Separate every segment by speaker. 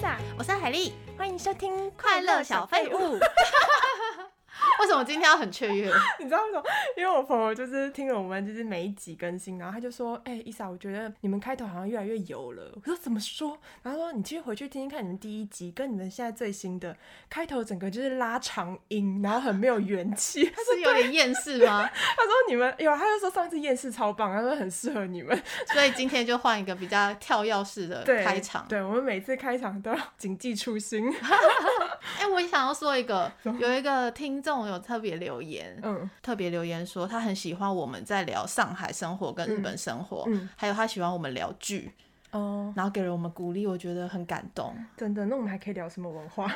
Speaker 1: 娜，
Speaker 2: 我是海丽，
Speaker 1: 欢迎收听《。
Speaker 2: 快乐小废物》为什么今天要很雀跃？
Speaker 1: 你知道吗？因为我婆婆就是听了我们就是每一集更新，然后她就说：“哎、伊莎，我觉得你们开头好像越来越油了。”我说：“怎么说？”然后她说：“你去回去听听看你们第一集跟你们现在最新的开头，整个就是拉长音，然后很没有元气。” 她说
Speaker 2: 是有点厌世 吗？
Speaker 1: 她说你们有，她就说上次夜市超棒，她说很适合你 们。
Speaker 2: 所以今天就换一个比较跳跃式的
Speaker 1: 对，
Speaker 2: 开场。
Speaker 1: 对我们每次开场都要谨记初心。
Speaker 2: 哎、我想要说一个，有一个听众有特别留言，
Speaker 1: 嗯
Speaker 2: 特别留言说他很喜欢我们在聊上海生活跟日本生活，
Speaker 1: 嗯嗯
Speaker 2: 还有他喜欢我们聊剧，
Speaker 1: 哦，
Speaker 2: 然后给了我们鼓励，我觉得很感动。
Speaker 1: 真的，那我们还可以聊什么文化？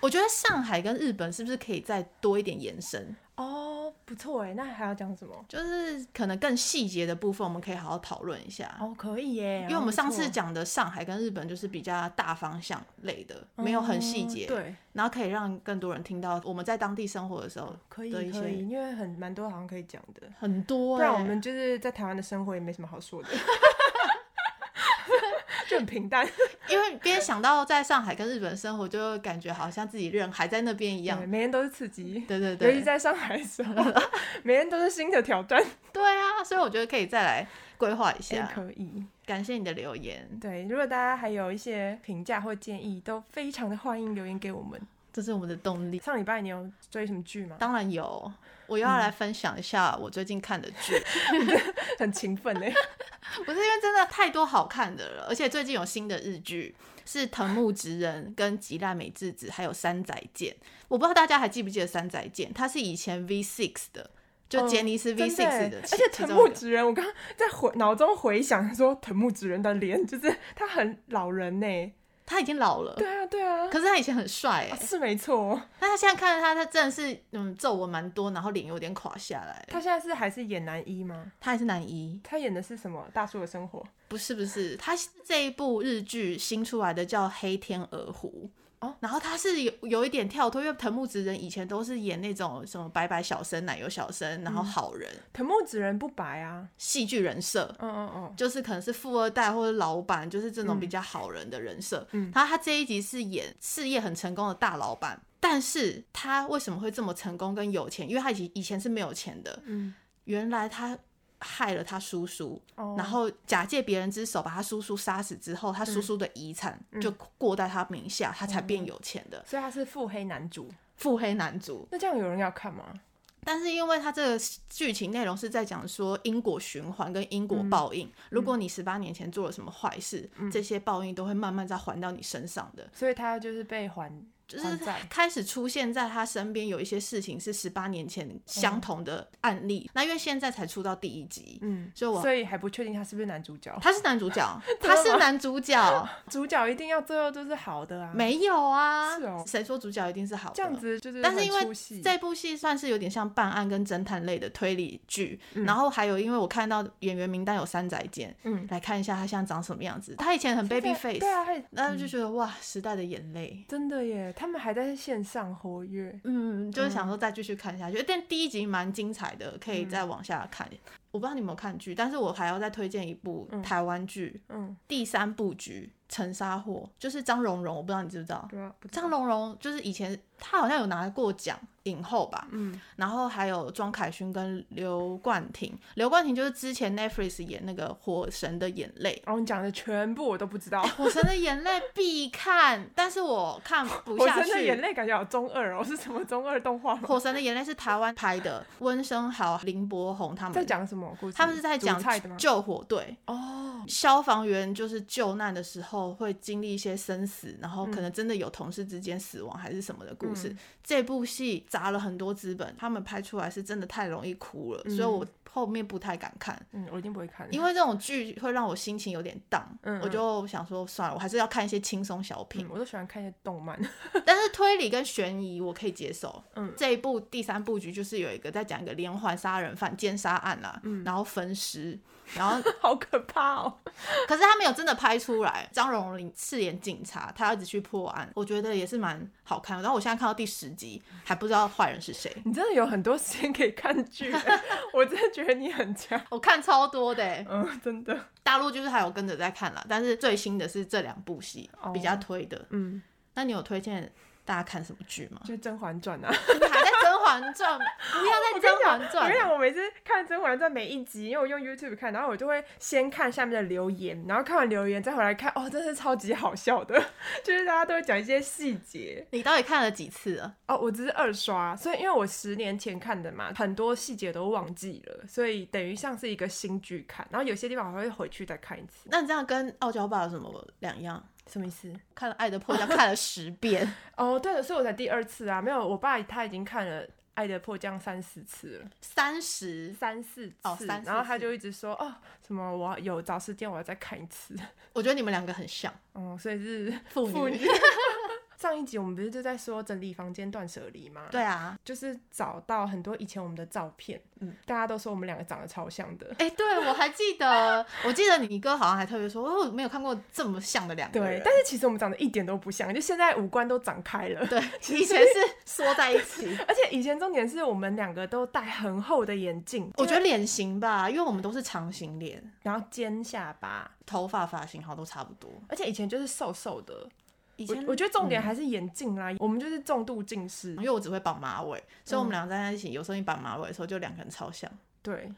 Speaker 2: 我觉得上海跟日本是不是可以再多一点延伸？
Speaker 1: 哦，不错哎，那还要讲什么？
Speaker 2: 就是可能更细节的部分，我们可以好好讨论一下。
Speaker 1: 哦，可以耶，
Speaker 2: 因为我们上次
Speaker 1: 讲
Speaker 2: 讲的上海跟日本就是比较大方向类的，没有很细节，
Speaker 1: 嗯对，
Speaker 2: 然后可以让更多人听到我们在当地生活的时候
Speaker 1: 可
Speaker 2: 的
Speaker 1: 以
Speaker 2: 一
Speaker 1: 可以，
Speaker 2: 些
Speaker 1: 因为很蛮多好像可以讲的，
Speaker 2: 很多、
Speaker 1: 不
Speaker 2: 欸。
Speaker 1: 然我们就是在台湾的生活也没什么好说的，就很平淡，
Speaker 2: 因为边想到在上海跟日本生活，就会感觉好像自己人还在那边一样
Speaker 1: 对，。每天都是刺激。
Speaker 2: 对对
Speaker 1: 尤其
Speaker 2: 对，
Speaker 1: 在上海的时 候，每天都是新的挑战。
Speaker 2: 对啊，所以我觉得可以再来规划一下。
Speaker 1: 可以，
Speaker 2: 感谢你的留言，
Speaker 1: 对，如果大家还有一些评价或建议，都非常的欢迎留言给我们。
Speaker 2: 这是我们的动力。
Speaker 1: 上礼拜你有追什么剧吗？
Speaker 2: 当然有，我又要来分享一下我最近看的剧，
Speaker 1: 很勤奋哎、
Speaker 2: 不是因为真的太多好看的了，而且最近有新的日剧是藤木直人、跟吉濑美智子还有山仔健，我不知道大家还记不记得山仔健，他是以前 V Six 的，就杰尼斯 V
Speaker 1: 真的欸
Speaker 2: Six 的
Speaker 1: 而
Speaker 2: 其，
Speaker 1: 且
Speaker 2: 其
Speaker 1: 藤
Speaker 2: 中
Speaker 1: 木
Speaker 2: 一个
Speaker 1: 直人，我刚刚在回脑中回想说藤木直人的脸，就是他很老人呢、
Speaker 2: 他已经老了，
Speaker 1: 对啊，对啊，
Speaker 2: 可是他以前很帅
Speaker 1: 啊
Speaker 2: 哎，
Speaker 1: 是没错。
Speaker 2: 但他现在看他，他真的是嗯皱纹蛮多，然后脸有点垮下来，
Speaker 1: 他现在是还是演男一吗？
Speaker 2: 他还是男一。
Speaker 1: 他演的是什么？大叔的生活
Speaker 2: 不是不是，他是这一部日剧新出来的叫《黑天鹅湖》
Speaker 1: 哦，
Speaker 2: 然后他是有有一点跳脱，因为藤木直人以前都是演那种什么白白小生、奶油小生，
Speaker 1: 嗯
Speaker 2: 然后好人、
Speaker 1: 藤木直人不白啊。
Speaker 2: 戏剧人设。
Speaker 1: 嗯嗯嗯，
Speaker 2: 就是可能是富二代或者老板，就是这种比较好人的人设。
Speaker 1: 嗯
Speaker 2: 然后他这一集是演事业很成功的大老板，但是他为什么会这么成功跟有钱？因为他以以前是没有钱的，
Speaker 1: 嗯，
Speaker 2: 原来他害了他叔叔，
Speaker 1: 哦，
Speaker 2: 然后假借别人之手把他叔叔杀死之后，他
Speaker 1: 嗯
Speaker 2: 叔叔的遗产就过在他名下，他才
Speaker 1: 哦
Speaker 2: 变有钱的
Speaker 1: 所以他是腹黑男主。
Speaker 2: 腹黑男主。
Speaker 1: 那这样有人要看吗？
Speaker 2: 但是因为他这个剧情内容是在讲说因果循环跟因
Speaker 1: 嗯
Speaker 2: 果报应，如果你十八年前做了什么坏事，这些报应都会慢慢再还到你身上的。
Speaker 1: 所以他就是被还，
Speaker 2: 就是
Speaker 1: 还债
Speaker 2: 开始出现在他身边有一些事情是十八年前相同的案例，那因为现在才出到第一集，
Speaker 1: 哦嗯，
Speaker 2: 所以我
Speaker 1: 所以还不确定他是不是男主角。
Speaker 2: 他是男主角，
Speaker 1: 真的
Speaker 2: 他
Speaker 1: 吗
Speaker 2: 是男 主角，
Speaker 1: 主角一定要最后都是好的啊，
Speaker 2: 没有啊，
Speaker 1: 是哦
Speaker 2: 谁说主角一定是好的？
Speaker 1: 这样子就是
Speaker 2: 但是
Speaker 1: 很
Speaker 2: 因为
Speaker 1: 出戏
Speaker 2: 这部戏算是有点像办案跟侦探类的推理剧，然后还有因为我看到演员名单有山仔健，
Speaker 1: 嗯
Speaker 2: 来看一下他现在长什么样子。他以前很 baby
Speaker 1: 对
Speaker 2: face，
Speaker 1: 对啊，还
Speaker 2: 然后就觉得、哇，时代的眼泪。
Speaker 1: 真的耶，他们还在线上活跃。
Speaker 2: 嗯，就是想说再继续看下去，但第一集蛮精彩的，可以
Speaker 1: 嗯
Speaker 2: 再往下看。我不知道你有没有看剧，但是我还要再推荐一部台湾剧，
Speaker 1: 嗯，
Speaker 2: 第三部局《沉沙货》，就是张荣荣，我不知道你知不知道。
Speaker 1: 对啊，不知道
Speaker 2: 张荣荣就是以前她好像有拿过奖影后吧，
Speaker 1: 嗯，
Speaker 2: 然后还有庄凯勋跟刘冠廷，刘冠廷就是之前 Netflix 演那个《火神的眼泪
Speaker 1: 哦，你讲的全部我都不知道，》，
Speaker 2: 《火神的眼泪》必看，但是我看不
Speaker 1: 我
Speaker 2: 下
Speaker 1: 真
Speaker 2: 去。
Speaker 1: 的眼泪感觉好中二哦，是什么中二动画吗？
Speaker 2: 火神的眼泪》是台湾拍的，温升豪、林柏宏他
Speaker 1: 在
Speaker 2: 们，
Speaker 1: 讲什么故事？
Speaker 2: 他们是在讲
Speaker 1: 煮菜的吗？
Speaker 2: 救火队，
Speaker 1: 哦，
Speaker 2: 消防员就是救难的时候会经历一些生死，然后可
Speaker 1: 嗯
Speaker 2: 能真的有同事之间死亡还是什么的故事。这部戏砸了很多资本，他们拍出来是真的太容易哭了，所以我后面不太敢看，
Speaker 1: 嗯，我一定不会看的，
Speaker 2: 因为这种剧会让我心情有点荡。
Speaker 1: 嗯嗯
Speaker 2: 我就想说算了，我还是要看一些轻松小 品
Speaker 1: 嗯，，我都喜欢看一些动漫。
Speaker 2: 但是推理跟悬疑我可以接受。
Speaker 1: 嗯，
Speaker 2: 这一部第三部局就是有一个在讲一个连环杀人犯奸杀案啦、啊
Speaker 1: 嗯
Speaker 2: 然后分尸，然后
Speaker 1: 好可怕哦！
Speaker 2: 可是他没有真的拍出来。张荣林饰演警察，他要一直去破案，我觉得也是蛮好看的。然后我现在看到第十集，还不知道坏人是谁。
Speaker 1: 你真的有很多时间可以看 剧欸，我真的觉得你很强。
Speaker 2: 我看超多的欸，
Speaker 1: 嗯，真的，
Speaker 2: 大陆就是还有跟着在看啦，但是最新的是这两部戏
Speaker 1: 哦
Speaker 2: 比较推的。
Speaker 1: 嗯，
Speaker 2: 那你有推荐大家看什么剧吗？
Speaker 1: 就《甄嬛传》啊。
Speaker 2: 你还在《甄嬛传》，不要再《
Speaker 1: 哦我跟你
Speaker 2: 甄
Speaker 1: 讲，
Speaker 2: 嬛
Speaker 1: 我
Speaker 2: 传
Speaker 1: 跟你》
Speaker 2: 了。
Speaker 1: 讲，我每次看《甄嬛传》每一集，因为我用 YouTube 看，然后我就会先看下面的留言，然后看完留言再回来看，哦，真是超级好笑的， 就是大家都会讲一些细节
Speaker 2: 你到底看了几次了？
Speaker 1: 哦。我只是二刷，所以因为我十年前看的嘛，很多细节都忘记了，所以等于像是一个新剧看，然后有些地方我会回去再看一次。
Speaker 2: 那你这样跟傲娇爸有什么两样？
Speaker 1: 什么意思？
Speaker 2: 看了《爱的 迫降》看了十遍，
Speaker 1: 哦，对了，所以我才第二次啊，没有，我爸他已经看了《爱的迫降》三四次了。
Speaker 2: 三十，
Speaker 1: 三四次，
Speaker 2: 哦三四
Speaker 1: 然后他
Speaker 2: 次
Speaker 1: 就一直说哦，什么我有找时间我要再看一次，
Speaker 2: 我觉得你们两个很像
Speaker 1: 嗯，所以是
Speaker 2: 父女。
Speaker 1: 上一集我们不是就在说整理房间断舍离吗？，
Speaker 2: 对啊，
Speaker 1: 就是找到很多以前我们的照片，
Speaker 2: 嗯，
Speaker 1: 大家都说我们两个长得超像的，
Speaker 2: 哎、对我还记得，我记得你哥好像还特别说，哦，我没有看过这么像的两个
Speaker 1: 对
Speaker 2: 人。，
Speaker 1: 但是其实我们长得一点都不像，就现在五官都长开了。
Speaker 2: 对，
Speaker 1: 其实
Speaker 2: 以前 是缩在一起。
Speaker 1: 而且以前重点是我们两个都戴很厚的眼镜，
Speaker 2: 我觉得
Speaker 1: 得，
Speaker 2: 脸型吧，因为我们都是长型脸，
Speaker 1: 然后尖下巴，
Speaker 2: 头发发型好像都差不多。
Speaker 1: 而且以前就是瘦瘦的。
Speaker 2: 以
Speaker 1: 我
Speaker 2: 前
Speaker 1: 我觉得重
Speaker 2: 嗯
Speaker 1: 点还是眼镜啦，我们就是重度近视
Speaker 2: 因。为我只会绑马尾，所以
Speaker 1: 嗯
Speaker 2: 我们俩在一起，有时候你绑马尾的时候，就两个人超像，
Speaker 1: 对，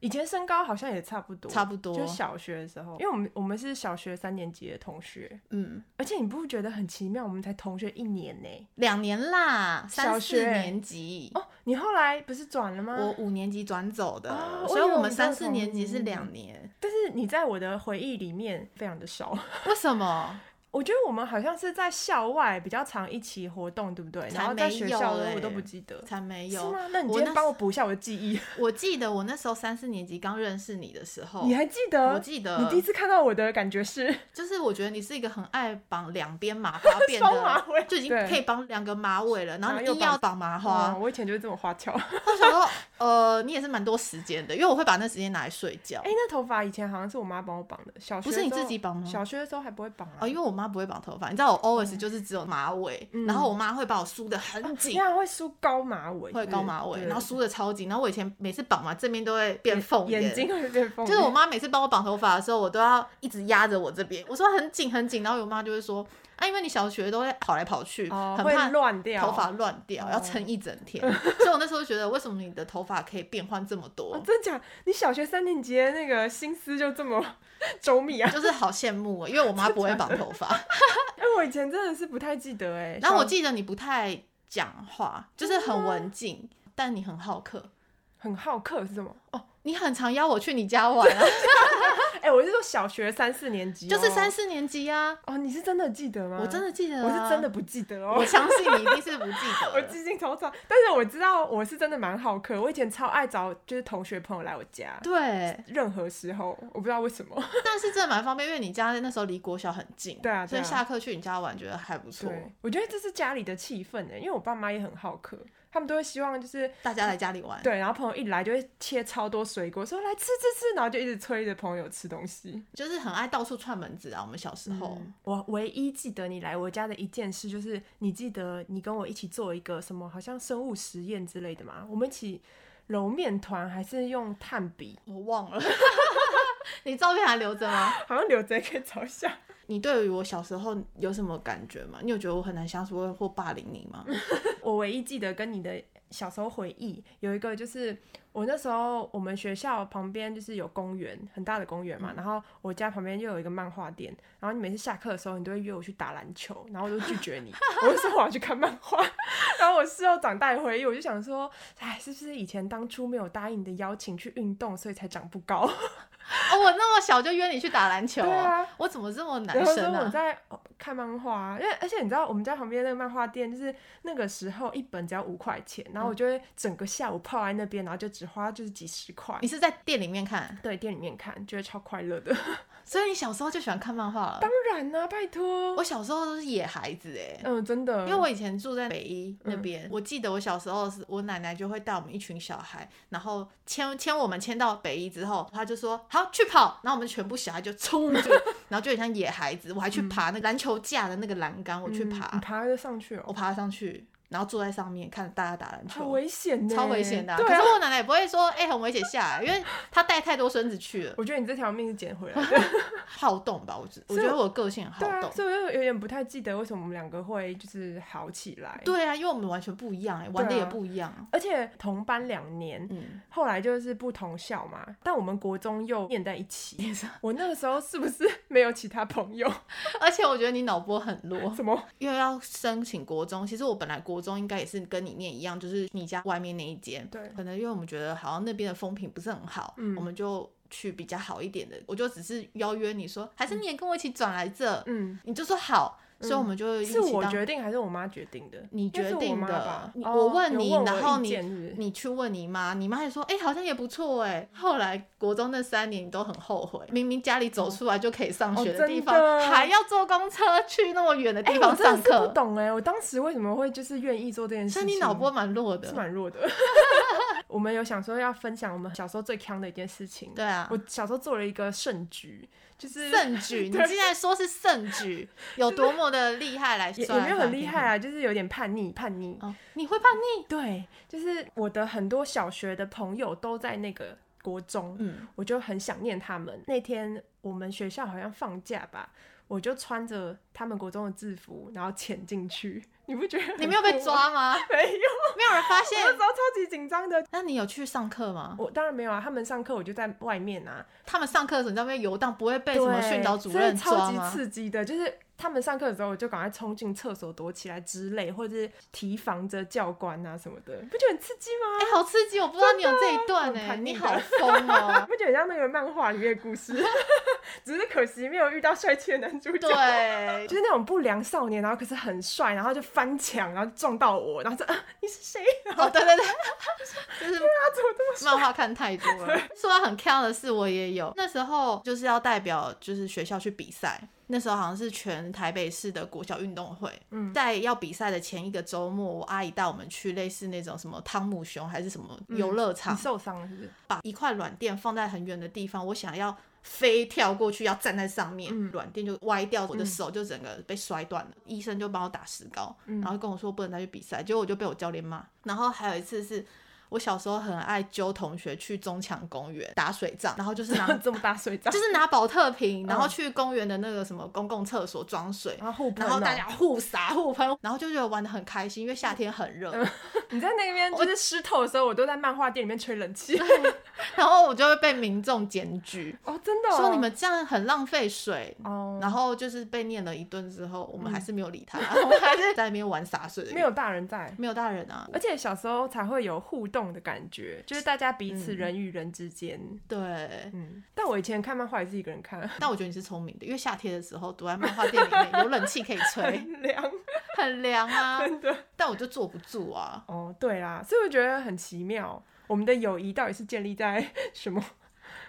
Speaker 1: 以前身高好像也差不多，
Speaker 2: 差不多
Speaker 1: 就小学的时候，因为我们我们是小学三年级的同学，
Speaker 2: 嗯，
Speaker 1: 而且你不觉得很奇妙？我们才同学一年呢、
Speaker 2: 两年啦，
Speaker 1: 小
Speaker 2: 三四
Speaker 1: 学
Speaker 2: 年级，
Speaker 1: 哦，你后来不是转了吗？
Speaker 2: 我五年级转走的，
Speaker 1: 哦
Speaker 2: 所
Speaker 1: 我以
Speaker 2: 以
Speaker 1: 为
Speaker 2: 我
Speaker 1: 我们
Speaker 2: 们三
Speaker 1: 都
Speaker 2: 四
Speaker 1: 同
Speaker 2: 年级是
Speaker 1: 年
Speaker 2: 两年，
Speaker 1: 但是你在我的回忆里面非常的少。
Speaker 2: 为什么？
Speaker 1: 我觉得我们好像是在校外比较常一起活动，对不对？
Speaker 2: 才
Speaker 1: 然后在
Speaker 2: 没
Speaker 1: 学
Speaker 2: 有
Speaker 1: 校的
Speaker 2: 欸
Speaker 1: 我都不记得。
Speaker 2: 才没
Speaker 1: 是
Speaker 2: 有。
Speaker 1: 吗？那你
Speaker 2: 我
Speaker 1: 今天
Speaker 2: 那
Speaker 1: 帮我补一下我的记忆，
Speaker 2: 我记得我那时候三四年级刚认识你的时 候
Speaker 1: 你，还记
Speaker 2: 哦我
Speaker 1: 得？
Speaker 2: 记得
Speaker 1: 你第一次看到我的感觉是，
Speaker 2: 就是我觉得你是一个很爱绑两 边马花辫
Speaker 1: 双马尾
Speaker 2: 的，就已经
Speaker 1: 对
Speaker 2: 可以绑两个马尾了，然
Speaker 1: 然后
Speaker 2: 后你
Speaker 1: 又
Speaker 2: 硬要绑麻花
Speaker 1: 嗯，我以前就是这么花俏。 哎、
Speaker 2: 我想说，呃，你也是蛮多时间的，因为我会把那时间拿来睡觉。
Speaker 1: 那头发以前好像是我妈帮我绑的，小学
Speaker 2: 不是
Speaker 1: 的
Speaker 2: 你
Speaker 1: 时候
Speaker 2: 自己绑吗
Speaker 1: 小学的时候还不会绑啊。
Speaker 2: 哦，因为我妈不会绑头发，你知道我 always 就是只有马尾，
Speaker 1: 嗯
Speaker 2: 然后我妈会把我梳的很
Speaker 1: 你
Speaker 2: 紧，
Speaker 1: 看会梳高马尾，
Speaker 2: 会高马尾，
Speaker 1: 对
Speaker 2: 然后梳的超紧，然后我以前每次绑嘛，这边都会变缝
Speaker 1: 眼
Speaker 2: 眼
Speaker 1: 眼睛。会变缝眼，
Speaker 2: 就是我妈每次帮我绑头发的时候，我都要一直压着我这边，我说很紧很紧，然后我妈就会说啊，因为你小学都会跑来跑去，
Speaker 1: 哦
Speaker 2: 很
Speaker 1: 会
Speaker 2: 怕
Speaker 1: 乱掉
Speaker 2: 头发乱掉，
Speaker 1: 哦
Speaker 2: 要撑一整天。所以我那时候就觉得，为什么你的头发可以变换这么多
Speaker 1: 哦，？真假？你小学三年级的那个心思就这么 周密啊？
Speaker 2: 就是好羡慕哦，因为我妈不会绑头发。
Speaker 1: 哎，我以前真的是不太记得哎。
Speaker 2: 然后我
Speaker 1: 小
Speaker 2: 记得你不太讲话，就是很
Speaker 1: 啊
Speaker 2: 文静，但你很好客。
Speaker 1: 很好客是什么？ 哦，
Speaker 2: 你很常邀我去你家 玩啊，
Speaker 1: 哎，我是说小学三四年级哦，
Speaker 2: 就是三四年级啊，
Speaker 1: 哦，你是真的记得吗？
Speaker 2: 我真，的记得、啊，
Speaker 1: 我是真的，不记得哦
Speaker 2: 我。相信你一定是不记
Speaker 1: 我
Speaker 2: 得了。
Speaker 1: 记性超差，但是我知道我是真的蛮好客。我以前超爱找就是同学朋友来我家，
Speaker 2: 对，
Speaker 1: 任何时候我不知道为什么。
Speaker 2: 但是真的蛮方便，因为你家那时候离国小很近，
Speaker 1: 对啊对啊
Speaker 2: 所以下课去你家玩觉得还不错。
Speaker 1: 对，我觉得这是家里的气氛欸诶，因为我爸妈也很好客，他们都会希望就是
Speaker 2: 大家来家里玩，
Speaker 1: 对，然后朋友一来就会切超多水果，说来吃吃吃，然后就一直催着朋友吃东西。
Speaker 2: 就是很爱到处串门子啊。我们小时候，
Speaker 1: 我唯一记得你来我家的一件事，就是你记得你跟我一起做一个什么，好像生物实验之类的嘛，我们一起揉面团还是用炭笔，
Speaker 2: 我忘了， 你照片还留着吗？
Speaker 1: 好像留着也可以找一下。
Speaker 2: 你对于我小时候有什么感觉吗？你有觉得我很难相处或霸凌你 吗？
Speaker 1: 我唯一记得跟你的小时候回忆有一个，就是我那时候我们学校旁边就是有公园，很大的公园嘛，然后我家旁边又有一个漫画店，然后你每次下课的时候，你都会约我去打篮球，然后我都拒绝 你，我就说我要去看漫画， 然后我事后长大的回忆，我就想说，哎，是不是以前当初没有答应你的邀请去运动，所以才长不高？
Speaker 2: 哦，我那么小就约你去打篮球、哦，
Speaker 1: 对啊
Speaker 2: 我怎么这么男
Speaker 1: 然后说
Speaker 2: 生
Speaker 1: 我
Speaker 2: 啊？
Speaker 1: 在哦看漫画、啊，因为而且你知道我们家旁边那个漫画店，就是那个时候一本只要五块钱，然然后
Speaker 2: 嗯
Speaker 1: 我就会整个下午泡在那边，然后就只花就是几十块
Speaker 2: 你，是在店里面看，
Speaker 1: 对，店里面看，觉得超快乐的。
Speaker 2: 所以你小时候就喜欢看漫画了。
Speaker 1: 当然啦、拜托，
Speaker 2: 我小时候都是野孩子哎、
Speaker 1: 嗯，真的，
Speaker 2: 因为我以前住在北一那边，我记得我小时候是我奶奶就会带我们一群小孩，然后牵牵我们牵到北一之后，她就说好去跑，然后我们全部小孩就冲就， 然后就很像野孩子，我还去爬那个篮球架的那个栏杆，我去爬，
Speaker 1: 嗯嗯你爬得上去
Speaker 2: 我
Speaker 1: 哦，
Speaker 2: 爬上去，然后坐在上面看大家打篮
Speaker 1: 很
Speaker 2: 球。
Speaker 1: 危险呢，
Speaker 2: 超危险的啊、
Speaker 1: 对
Speaker 2: 可
Speaker 1: 啊
Speaker 2: 是，我奶奶也不会说，哎、很危险下来，因为她带太多孙子去了，
Speaker 1: 我觉得你这条命是捡 回来的。
Speaker 2: 好动吧？我觉我
Speaker 1: 所以
Speaker 2: 觉得我个性很好
Speaker 1: 对啊，
Speaker 2: 动，
Speaker 1: 所以我就有点不太记得为什么我们两个会就是好起来。，
Speaker 2: 对啊，因为我们完全不一样、哎，玩的
Speaker 1: 对啊
Speaker 2: 也不一样，
Speaker 1: 而且同班两年，
Speaker 2: 嗯，
Speaker 1: 后来就是不同校嘛，但我们国中又念在一 起。我那个时候是不是没有其他朋友？
Speaker 2: 而且我觉得你脑波很弱，
Speaker 1: 怎么？
Speaker 2: 因为要申请国中。其实我本来国中应该也是跟你念一样，就是你家外面那一间。
Speaker 1: 对
Speaker 2: 可能因为我们觉得好像那边的风评不是很好，
Speaker 1: 嗯
Speaker 2: 我们就去比较好一点的。我就只是邀约你说，还是你也跟我一起转来这，
Speaker 1: 嗯，
Speaker 2: 你就说好，所以我们就一起
Speaker 1: 是我
Speaker 2: 当。
Speaker 1: 决定还是我妈决定的？
Speaker 2: 你
Speaker 1: 应该是
Speaker 2: 决
Speaker 1: 我
Speaker 2: 定
Speaker 1: 妈
Speaker 2: 的
Speaker 1: 吧，
Speaker 2: 你
Speaker 1: 哦
Speaker 2: 我问
Speaker 1: 有
Speaker 2: 你
Speaker 1: 我
Speaker 2: 然后你
Speaker 1: 意见是不是
Speaker 2: 你去问你妈，你妈还说，哎、好像也不错哎。后来国中那三年你都很后悔，明明家里走出来就可以上
Speaker 1: 哦
Speaker 2: 学的
Speaker 1: 真
Speaker 2: 地方，
Speaker 1: 的
Speaker 2: 还要坐公车去那么远的
Speaker 1: 哎、
Speaker 2: 地
Speaker 1: 我
Speaker 2: 方
Speaker 1: 真的
Speaker 2: 上
Speaker 1: 是
Speaker 2: 课。
Speaker 1: 不懂哎、我当时为什么会就是愿意做这件事
Speaker 2: 所以
Speaker 1: 情？
Speaker 2: 你脑波蛮弱的
Speaker 1: 是。蛮 弱的。我们有想说要分享我们小时候最坑的一件事情。
Speaker 2: 对啊，
Speaker 1: 我小时候做了一个胜局，就是
Speaker 2: 圣 举，你
Speaker 1: 对
Speaker 2: 竟然说是圣举，有多么的厉害来
Speaker 1: 也
Speaker 2: 说
Speaker 1: 也没有很厉害
Speaker 2: 啊。
Speaker 1: 啊，就是有点叛逆，叛逆。
Speaker 2: 哦，你会叛逆？
Speaker 1: 对，就是我的很多小学的朋友都在那个国中，
Speaker 2: 嗯，
Speaker 1: 我就很想念他们。那天我们学校好像放假吧，我就穿着他们国中的制服，然后潜进去。你不觉得？
Speaker 2: 你没有被？抓吗？
Speaker 1: 没有，
Speaker 2: 没有人发
Speaker 1: 我那
Speaker 2: 现
Speaker 1: 时。候超级紧张的。
Speaker 2: 那你有去上课吗？
Speaker 1: 我当然没有啊，他们上课我就在外面啊，
Speaker 2: 他们上课的时候你在那边游荡，不会被什
Speaker 1: 对，
Speaker 2: 么训导主
Speaker 1: 真的
Speaker 2: 任抓
Speaker 1: 超级
Speaker 2: 吗？
Speaker 1: 刺激的，就是他们上课的时候，我就赶快冲进厕所躲起来之类，或者是提防着教官啊什么的，不觉得很刺激吗？
Speaker 2: 哎，好刺激！我不知道你有这一段
Speaker 1: 真的
Speaker 2: 哎，
Speaker 1: 很叛逆
Speaker 2: 你
Speaker 1: 的
Speaker 2: 好疯 哦。
Speaker 1: 不觉得像那个漫画里面的故事？ 只是可惜没有遇到帅气的男主角。
Speaker 2: 对
Speaker 1: 就，是那种不良少年，然后可是很帅，然后就翻墙，然后撞到我，然后说、啊、你是谁？
Speaker 2: 哦，对对对，就是
Speaker 1: 他啊怎么这么
Speaker 2: 漫画看太多了。说到很 c 的事，我也有。那时候就是要代表就是学校去比赛，那时候好像是全台北市的国小运动会。
Speaker 1: 嗯
Speaker 2: 在要比赛的前一个周末，我阿姨带我们去类似那种什么汤姆熊还是什么
Speaker 1: 嗯
Speaker 2: 游乐场，
Speaker 1: 你受伤了是 不是？
Speaker 2: 把一块软垫放在很远的地方，我想要。飞跳过去，要站在上面，软垫就歪掉，我的手就整个被摔断了。医生就帮我打石膏，然后跟我说不能再去比赛，结果我就被我教练骂。然后还有一次是我小时候很爱揪同学去中强公园打水仗，然后就是 拿
Speaker 1: 这么大水仗，
Speaker 2: 就是拿保特瓶，然后去公园的那个什么公共厕所装水，
Speaker 1: 然后互喷
Speaker 2: 然
Speaker 1: 哦
Speaker 2: 后大家互撒互喷，然后就觉得玩的很开心，因为夏天很热，
Speaker 1: 你在那边就是湿透的时候，我都在漫画店里面吹冷气。
Speaker 2: 然后我就会被民众检举，
Speaker 1: 哦，真的、哦，
Speaker 2: 说你们这样很浪费水。
Speaker 1: 哦，
Speaker 2: 然后就是被念了一顿之后，我们还是没有理他，我们还是在那边玩洒水的，
Speaker 1: 嗯没有大人在。
Speaker 2: 没有大人啊，
Speaker 1: 而且小时候才会有互动的感觉，就是大家彼
Speaker 2: 嗯
Speaker 1: 此人与人之间。
Speaker 2: 对。
Speaker 1: 嗯，但我以前看漫画也是一个人看，
Speaker 2: 但我觉得你是聪明的，因为夏天的时候躲在漫画店里面有冷气可以 吹，
Speaker 1: 很凉。
Speaker 2: 很凉啊。但我就坐不住啊。
Speaker 1: 哦，对啦，所以我觉得很奇妙，我们的友谊到底是建立在 什么？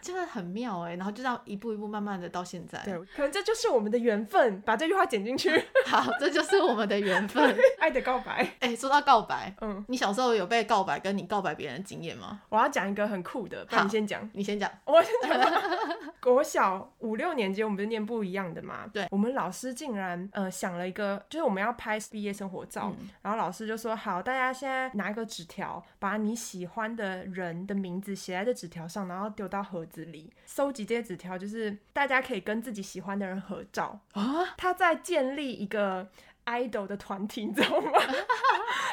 Speaker 2: 真的很妙哎、然后就这样一步一步慢慢的到现在。
Speaker 1: 对，可能这就是我们的缘分，把这句话剪进去，《
Speaker 2: 好，这就是我们的缘分。
Speaker 1: 爱的告白》。
Speaker 2: 哎、说到告白，
Speaker 1: 嗯，
Speaker 2: 你小时候有被告白跟你告白别人的经验吗？
Speaker 1: 我要讲一个很酷的，不然你
Speaker 2: 好
Speaker 1: 先讲。
Speaker 2: 你先讲。
Speaker 1: 我先讲吧 国小五六年级，我们不是念不一样的嘛？
Speaker 2: 对，
Speaker 1: 我们老师竟然呃想了一个，就是我们要拍毕业生活照，
Speaker 2: 嗯
Speaker 1: 然后老师就说：“好，大家现在拿一个纸条，把你喜欢的人的名字写在这纸条上，然后丢到盒子里。收集这些纸条，就是大家可以跟自己喜欢的人合照。
Speaker 2: 啊，
Speaker 1: 他在建立一个 idol 的团体，你知道吗？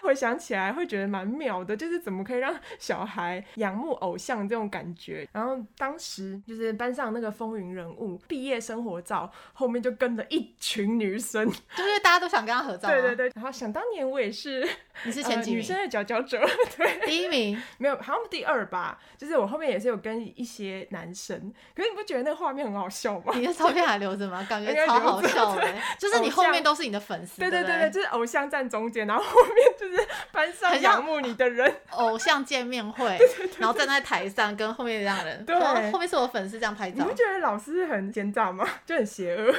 Speaker 1: 回想起来会觉得蛮妙的，就是怎么可以让小孩仰慕偶像这种感觉。然后当时就是班上那个风云人物，毕业生活照后面就跟着一群女生，
Speaker 2: 就是大家都想跟他合照、啊。
Speaker 1: 对对，对。然后想当年我也是
Speaker 2: 你是
Speaker 1: 呃
Speaker 2: 前几
Speaker 1: 女
Speaker 2: 名，
Speaker 1: 生的佼佼者， 对，
Speaker 2: 第一名。
Speaker 1: 没有好像第二吧，就是我后面也是有跟一些男生，可是你不觉得那个画面很好笑吗？
Speaker 2: 你的照片还留着吗？感觉
Speaker 1: 应该
Speaker 2: 超
Speaker 1: 留着
Speaker 2: 好笑的欸、就是你后面都是你的粉丝，
Speaker 1: 对
Speaker 2: 对
Speaker 1: 对
Speaker 2: 不
Speaker 1: 对，就是偶像站中间，然后后面就是班上
Speaker 2: 很像
Speaker 1: 仰慕你的 人，
Speaker 2: 偶像见面会，然后站在台上跟后面让人，
Speaker 1: 对
Speaker 2: 哦后面是我粉丝这样拍
Speaker 1: 你
Speaker 2: 照
Speaker 1: 不，觉得老师很奸诈吗？ 就很邪恶。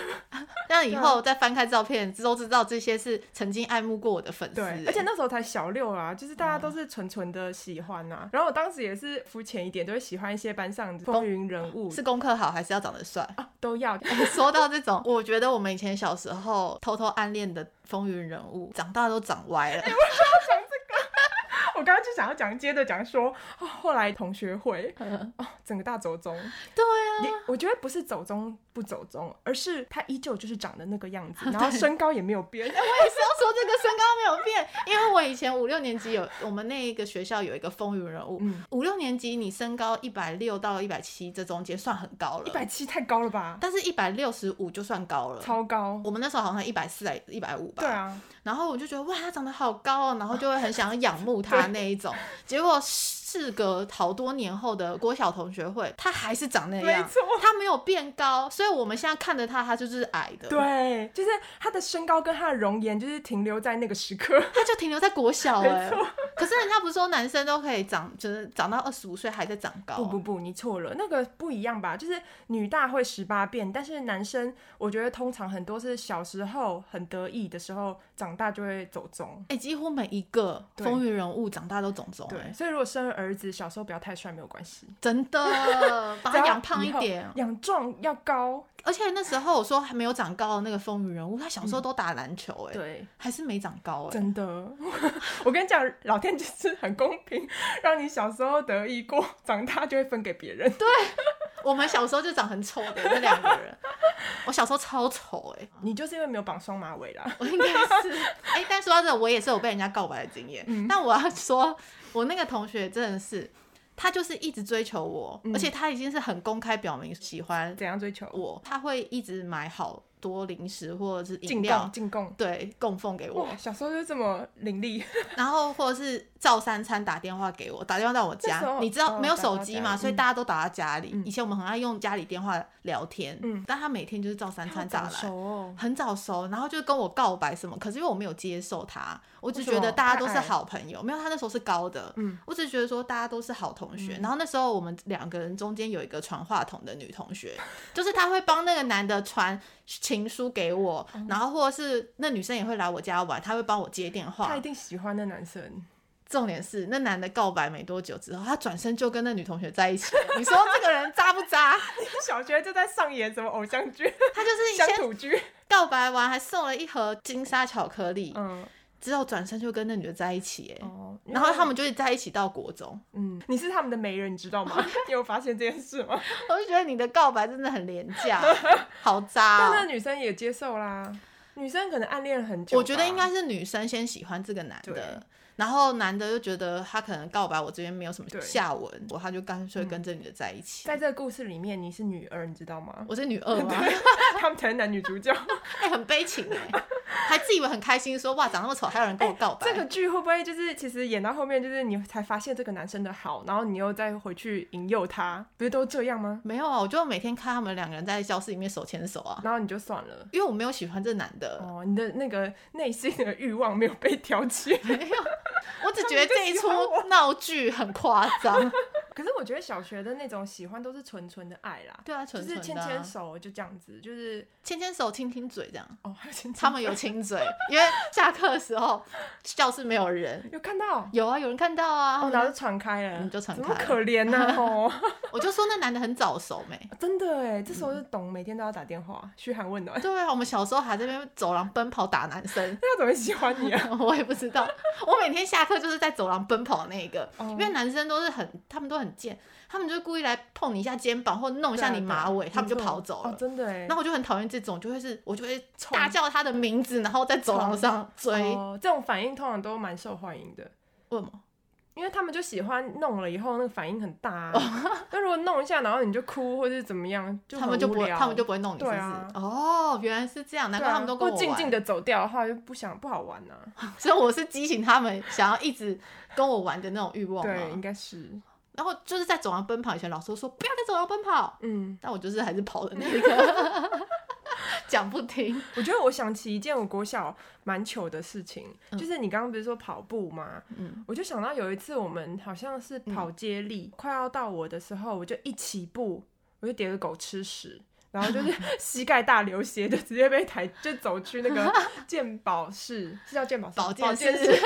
Speaker 2: 让
Speaker 1: 啊
Speaker 2: 以后再翻开照片都知道这些是曾经爱慕过我的粉丝。欸
Speaker 1: 对，而且那时候才小六啊，就是大家都是纯纯的喜欢呐、然后我当时也是肤浅一点，就会喜欢一些班上的风云人物，
Speaker 2: 是功课好还是要长得帅？
Speaker 1: 啊都要。
Speaker 2: 说到这种，我觉得我们以前小时候偷偷暗恋的风云人物，长大都长歪
Speaker 1: 哎
Speaker 2: 了。
Speaker 1: 我刚刚就想要讲，接着讲说，哦，后来同学会，
Speaker 2: 嗯
Speaker 1: 哦，整个大走中，
Speaker 2: 对啊，
Speaker 1: 也我觉得不是走中不走中，而是他依旧就是长得那个样 子，然后身高也没有变。
Speaker 2: 我也是要说这个身高没有变，因为我以前五六年级有我们那一个学校有一个风云人物，
Speaker 1: 嗯
Speaker 2: 五六年级你身高一百六到一百七这中间算很高了，
Speaker 1: 一百七太高了吧？
Speaker 2: 但是一百六十五就算高了。
Speaker 1: 超高。
Speaker 2: 我们那时候好像一百四、一百五吧。
Speaker 1: 对。啊，
Speaker 2: 然后我就觉得哇，他长得好高哦，然后就会很想要仰慕 他那一种。结果事隔好多年后的国小同学会，他还是长那
Speaker 1: 没
Speaker 2: 样，
Speaker 1: 错。
Speaker 2: 他没有变高，所以我们现在看着他，他就是矮的。。
Speaker 1: 对，就是他的身高跟他的容颜，就是停留在那个时刻。
Speaker 2: 他就停留在国小
Speaker 1: 没
Speaker 2: 哎、
Speaker 1: 错
Speaker 2: 可是人家不是说男生都可以长，就是长到二十五岁还在长 高、啊
Speaker 1: 不不不，你错了，那个不一样吧？就是女大会十八变，但是男生我觉得通常很多是小时候很得意的时候，长大就会走中。
Speaker 2: 哎、几乎每一个
Speaker 1: 对
Speaker 2: 风云人物长大都肿肿、欸，
Speaker 1: 对，所以如果生儿子，小时候不要太帅没有关系，
Speaker 2: 真 的把
Speaker 1: 只
Speaker 2: 他
Speaker 1: 要
Speaker 2: 啊养胖一
Speaker 1: 以后
Speaker 2: 点。
Speaker 1: 养壮要高。
Speaker 2: 而且那时候我说还没有长高的那个风云人物，他小时候都打篮球、哎、
Speaker 1: 嗯对，
Speaker 2: 还是没长高、哎，
Speaker 1: 真的， 我跟你讲，老天就是很公平，让你小时候得意过，长大就会分给别人。
Speaker 2: 我们小时候就长很丑的那两个 人，我小时候超丑、哎，
Speaker 1: 你就是因为没有绑双马尾啦。
Speaker 2: 我应该是，哎、但说到这，我也是有被人家告白的经验。
Speaker 1: 嗯
Speaker 2: 但我要说，我那个同学真的是，他就是一直追求我，
Speaker 1: 嗯
Speaker 2: 而且他已经是很公开表明喜欢
Speaker 1: 怎样追求？
Speaker 2: 我，他会一直买好多零食或者是饮
Speaker 1: 进
Speaker 2: 料
Speaker 1: 贡，，进贡。
Speaker 2: 对，供奉给我
Speaker 1: 哇，，小时候就这么伶俐，
Speaker 2: 然后或者是照三餐打电话给我，打电话到我
Speaker 1: 那时
Speaker 2: 家
Speaker 1: 候，
Speaker 2: 你知道
Speaker 1: 哦
Speaker 2: 没有
Speaker 1: 打到
Speaker 2: 手机
Speaker 1: 家
Speaker 2: 嘛，
Speaker 1: 里
Speaker 2: 所以
Speaker 1: 嗯
Speaker 2: 大家都打到家里。
Speaker 1: 嗯
Speaker 2: 以前我们很爱用家里电话聊天，
Speaker 1: 嗯
Speaker 2: 但他每天就是 照三餐
Speaker 1: 好
Speaker 2: 打来
Speaker 1: 熟。哦。
Speaker 2: 很早熟，然后就跟我告白什么，可是因为我没有接受他，我只
Speaker 1: 为什
Speaker 2: 觉得
Speaker 1: 么
Speaker 2: 大家
Speaker 1: 太
Speaker 2: 都是
Speaker 1: 矮
Speaker 2: 好朋友，没有他那时候是高的，
Speaker 1: 嗯，
Speaker 2: 我只觉得说大家都是好同学，然后那时候我们两个人中间有一个传话筒的女同学，就是她会帮那个男的传情书给我，
Speaker 1: 嗯
Speaker 2: 然后或者是那女生也会来我家玩，她会帮我接电话
Speaker 1: 他一，定喜欢那男生，
Speaker 2: 重点是那男的告白没多久之后，他转身就跟那女同学在一起了，你说这个人渣不渣？
Speaker 1: 小学就在上演什么偶像剧、
Speaker 2: 他就是
Speaker 1: 乡
Speaker 2: 先
Speaker 1: 土剧，
Speaker 2: 告白完还送了一盒金沙巧克力，
Speaker 1: 嗯，
Speaker 2: 之后转身就跟那女的在一起、哎、
Speaker 1: 哦，
Speaker 2: 然后他，们就在一起到国中。
Speaker 1: 嗯，你是他们的媒人，你知道吗？你有发现这件事吗？
Speaker 2: 我就觉得你的告白真的很廉价， 好
Speaker 1: 但
Speaker 2: 渣、
Speaker 1: 那
Speaker 2: 哦。
Speaker 1: 女生也接受啦，女生可能暗恋很久吧，
Speaker 2: 我觉得应该是女生先喜欢这个男
Speaker 1: 对
Speaker 2: 的，然后男的就觉得他可能告白我这边没有什么
Speaker 1: 对
Speaker 2: 下文，我他就干脆跟这女的在一起。
Speaker 1: 在这个故事里面，你是女二，你知道 吗？
Speaker 2: 我是女二吗？
Speaker 1: 他们才是男女主角。
Speaker 2: 哎、很悲情哎、还自以为很开心说哇长那么丑还有人跟我告白。
Speaker 1: 这个剧会不会就是其实演到后面，就是你才发现这个男生的好，然后你又再回去引诱他，不是都这样吗？
Speaker 2: 没有啊，我就每天看他们两个人在教室里面手牵手啊，
Speaker 1: 然后你就算了。
Speaker 2: 因为我没有喜欢这男的。
Speaker 1: 哦，你的那个内心的欲望没有被挑 起。
Speaker 2: 没 有，我只觉得这一出
Speaker 1: 他们就喜
Speaker 2: 闹剧很夸 张。
Speaker 1: 可是我觉得小学的那种喜欢都是纯纯的爱啦，
Speaker 2: 对啊，纯
Speaker 1: 就
Speaker 2: 纯
Speaker 1: 是牵
Speaker 2: 的啊
Speaker 1: 牵手就这样子，就是
Speaker 2: 牵牵手、亲亲嘴这样。
Speaker 1: 哦，还有牵
Speaker 2: 他们有亲嘴，因为下课的时候教室没有人，
Speaker 1: 有看到
Speaker 2: 有啊，有人看到啊。
Speaker 1: 哦，然后就传开了，
Speaker 2: 嗯就传
Speaker 1: 怎么
Speaker 2: 开了
Speaker 1: 可怜 呐、哦，
Speaker 2: 我就说那男的很早熟没？
Speaker 1: 真的哎，这时候就
Speaker 2: 嗯
Speaker 1: 懂，每天都要打电话嘘寒问暖，
Speaker 2: 对啊，我们小时候还在那边走廊奔跑打男生，
Speaker 1: 那他怎么会喜欢你啊？
Speaker 2: 我也不知道，我每天下课就是在走廊奔跑那一个，
Speaker 1: 哦
Speaker 2: 因为男生都是很，他们都很贱，他们就故意来碰你一下肩膀或弄一下
Speaker 1: 对啊
Speaker 2: 你马尾，
Speaker 1: 对啊
Speaker 2: 他们就
Speaker 1: 没错
Speaker 2: 跑走了。
Speaker 1: 哦，真的哎
Speaker 2: 那。我就很讨厌这种，就会是我就会
Speaker 1: 冲
Speaker 2: 大叫他的名字，然后在走廊上追。
Speaker 1: 哦，这种反应通常都蛮受欢迎的，
Speaker 2: 为什么？
Speaker 1: 因为他们就喜欢弄了以后那个反应很大、
Speaker 2: 哦
Speaker 1: 啊。 那如果弄一下，然后你就哭或者怎么样，就
Speaker 2: 他
Speaker 1: 很
Speaker 2: 们就不
Speaker 1: 无
Speaker 2: 会，
Speaker 1: 聊
Speaker 2: 他们就不会弄你，是不
Speaker 1: 对
Speaker 2: 是？
Speaker 1: 啊
Speaker 2: 哦，原来是这样，难怪他们都
Speaker 1: 对
Speaker 2: 跟我
Speaker 1: 啊或静
Speaker 2: 玩。
Speaker 1: 静的走掉的话，就不想不好玩呐、啊
Speaker 2: 所以我是激起他们想要一直跟我玩的那种欲望嘛。
Speaker 1: 对，应该是，
Speaker 2: 然后就是在走廊奔跑，以前老师都说不要在走廊奔跑，
Speaker 1: 嗯，
Speaker 2: 但我就是还是跑的那一个。讲不听。
Speaker 1: 我觉得我想起一件我国小蛮糗的事情，就是你刚刚不是说跑步吗？
Speaker 2: 嗯，
Speaker 1: 我就想到有一次我们好像是跑接力，快要到我的时候，我就一起步，我就跌个狗吃屎。然后就是 膝盖大流血，就直接被抬，就走去那 个鉴宝室，是叫鉴宝室吗，
Speaker 2: 保
Speaker 1: 健
Speaker 2: 健
Speaker 1: 室，
Speaker 2: 室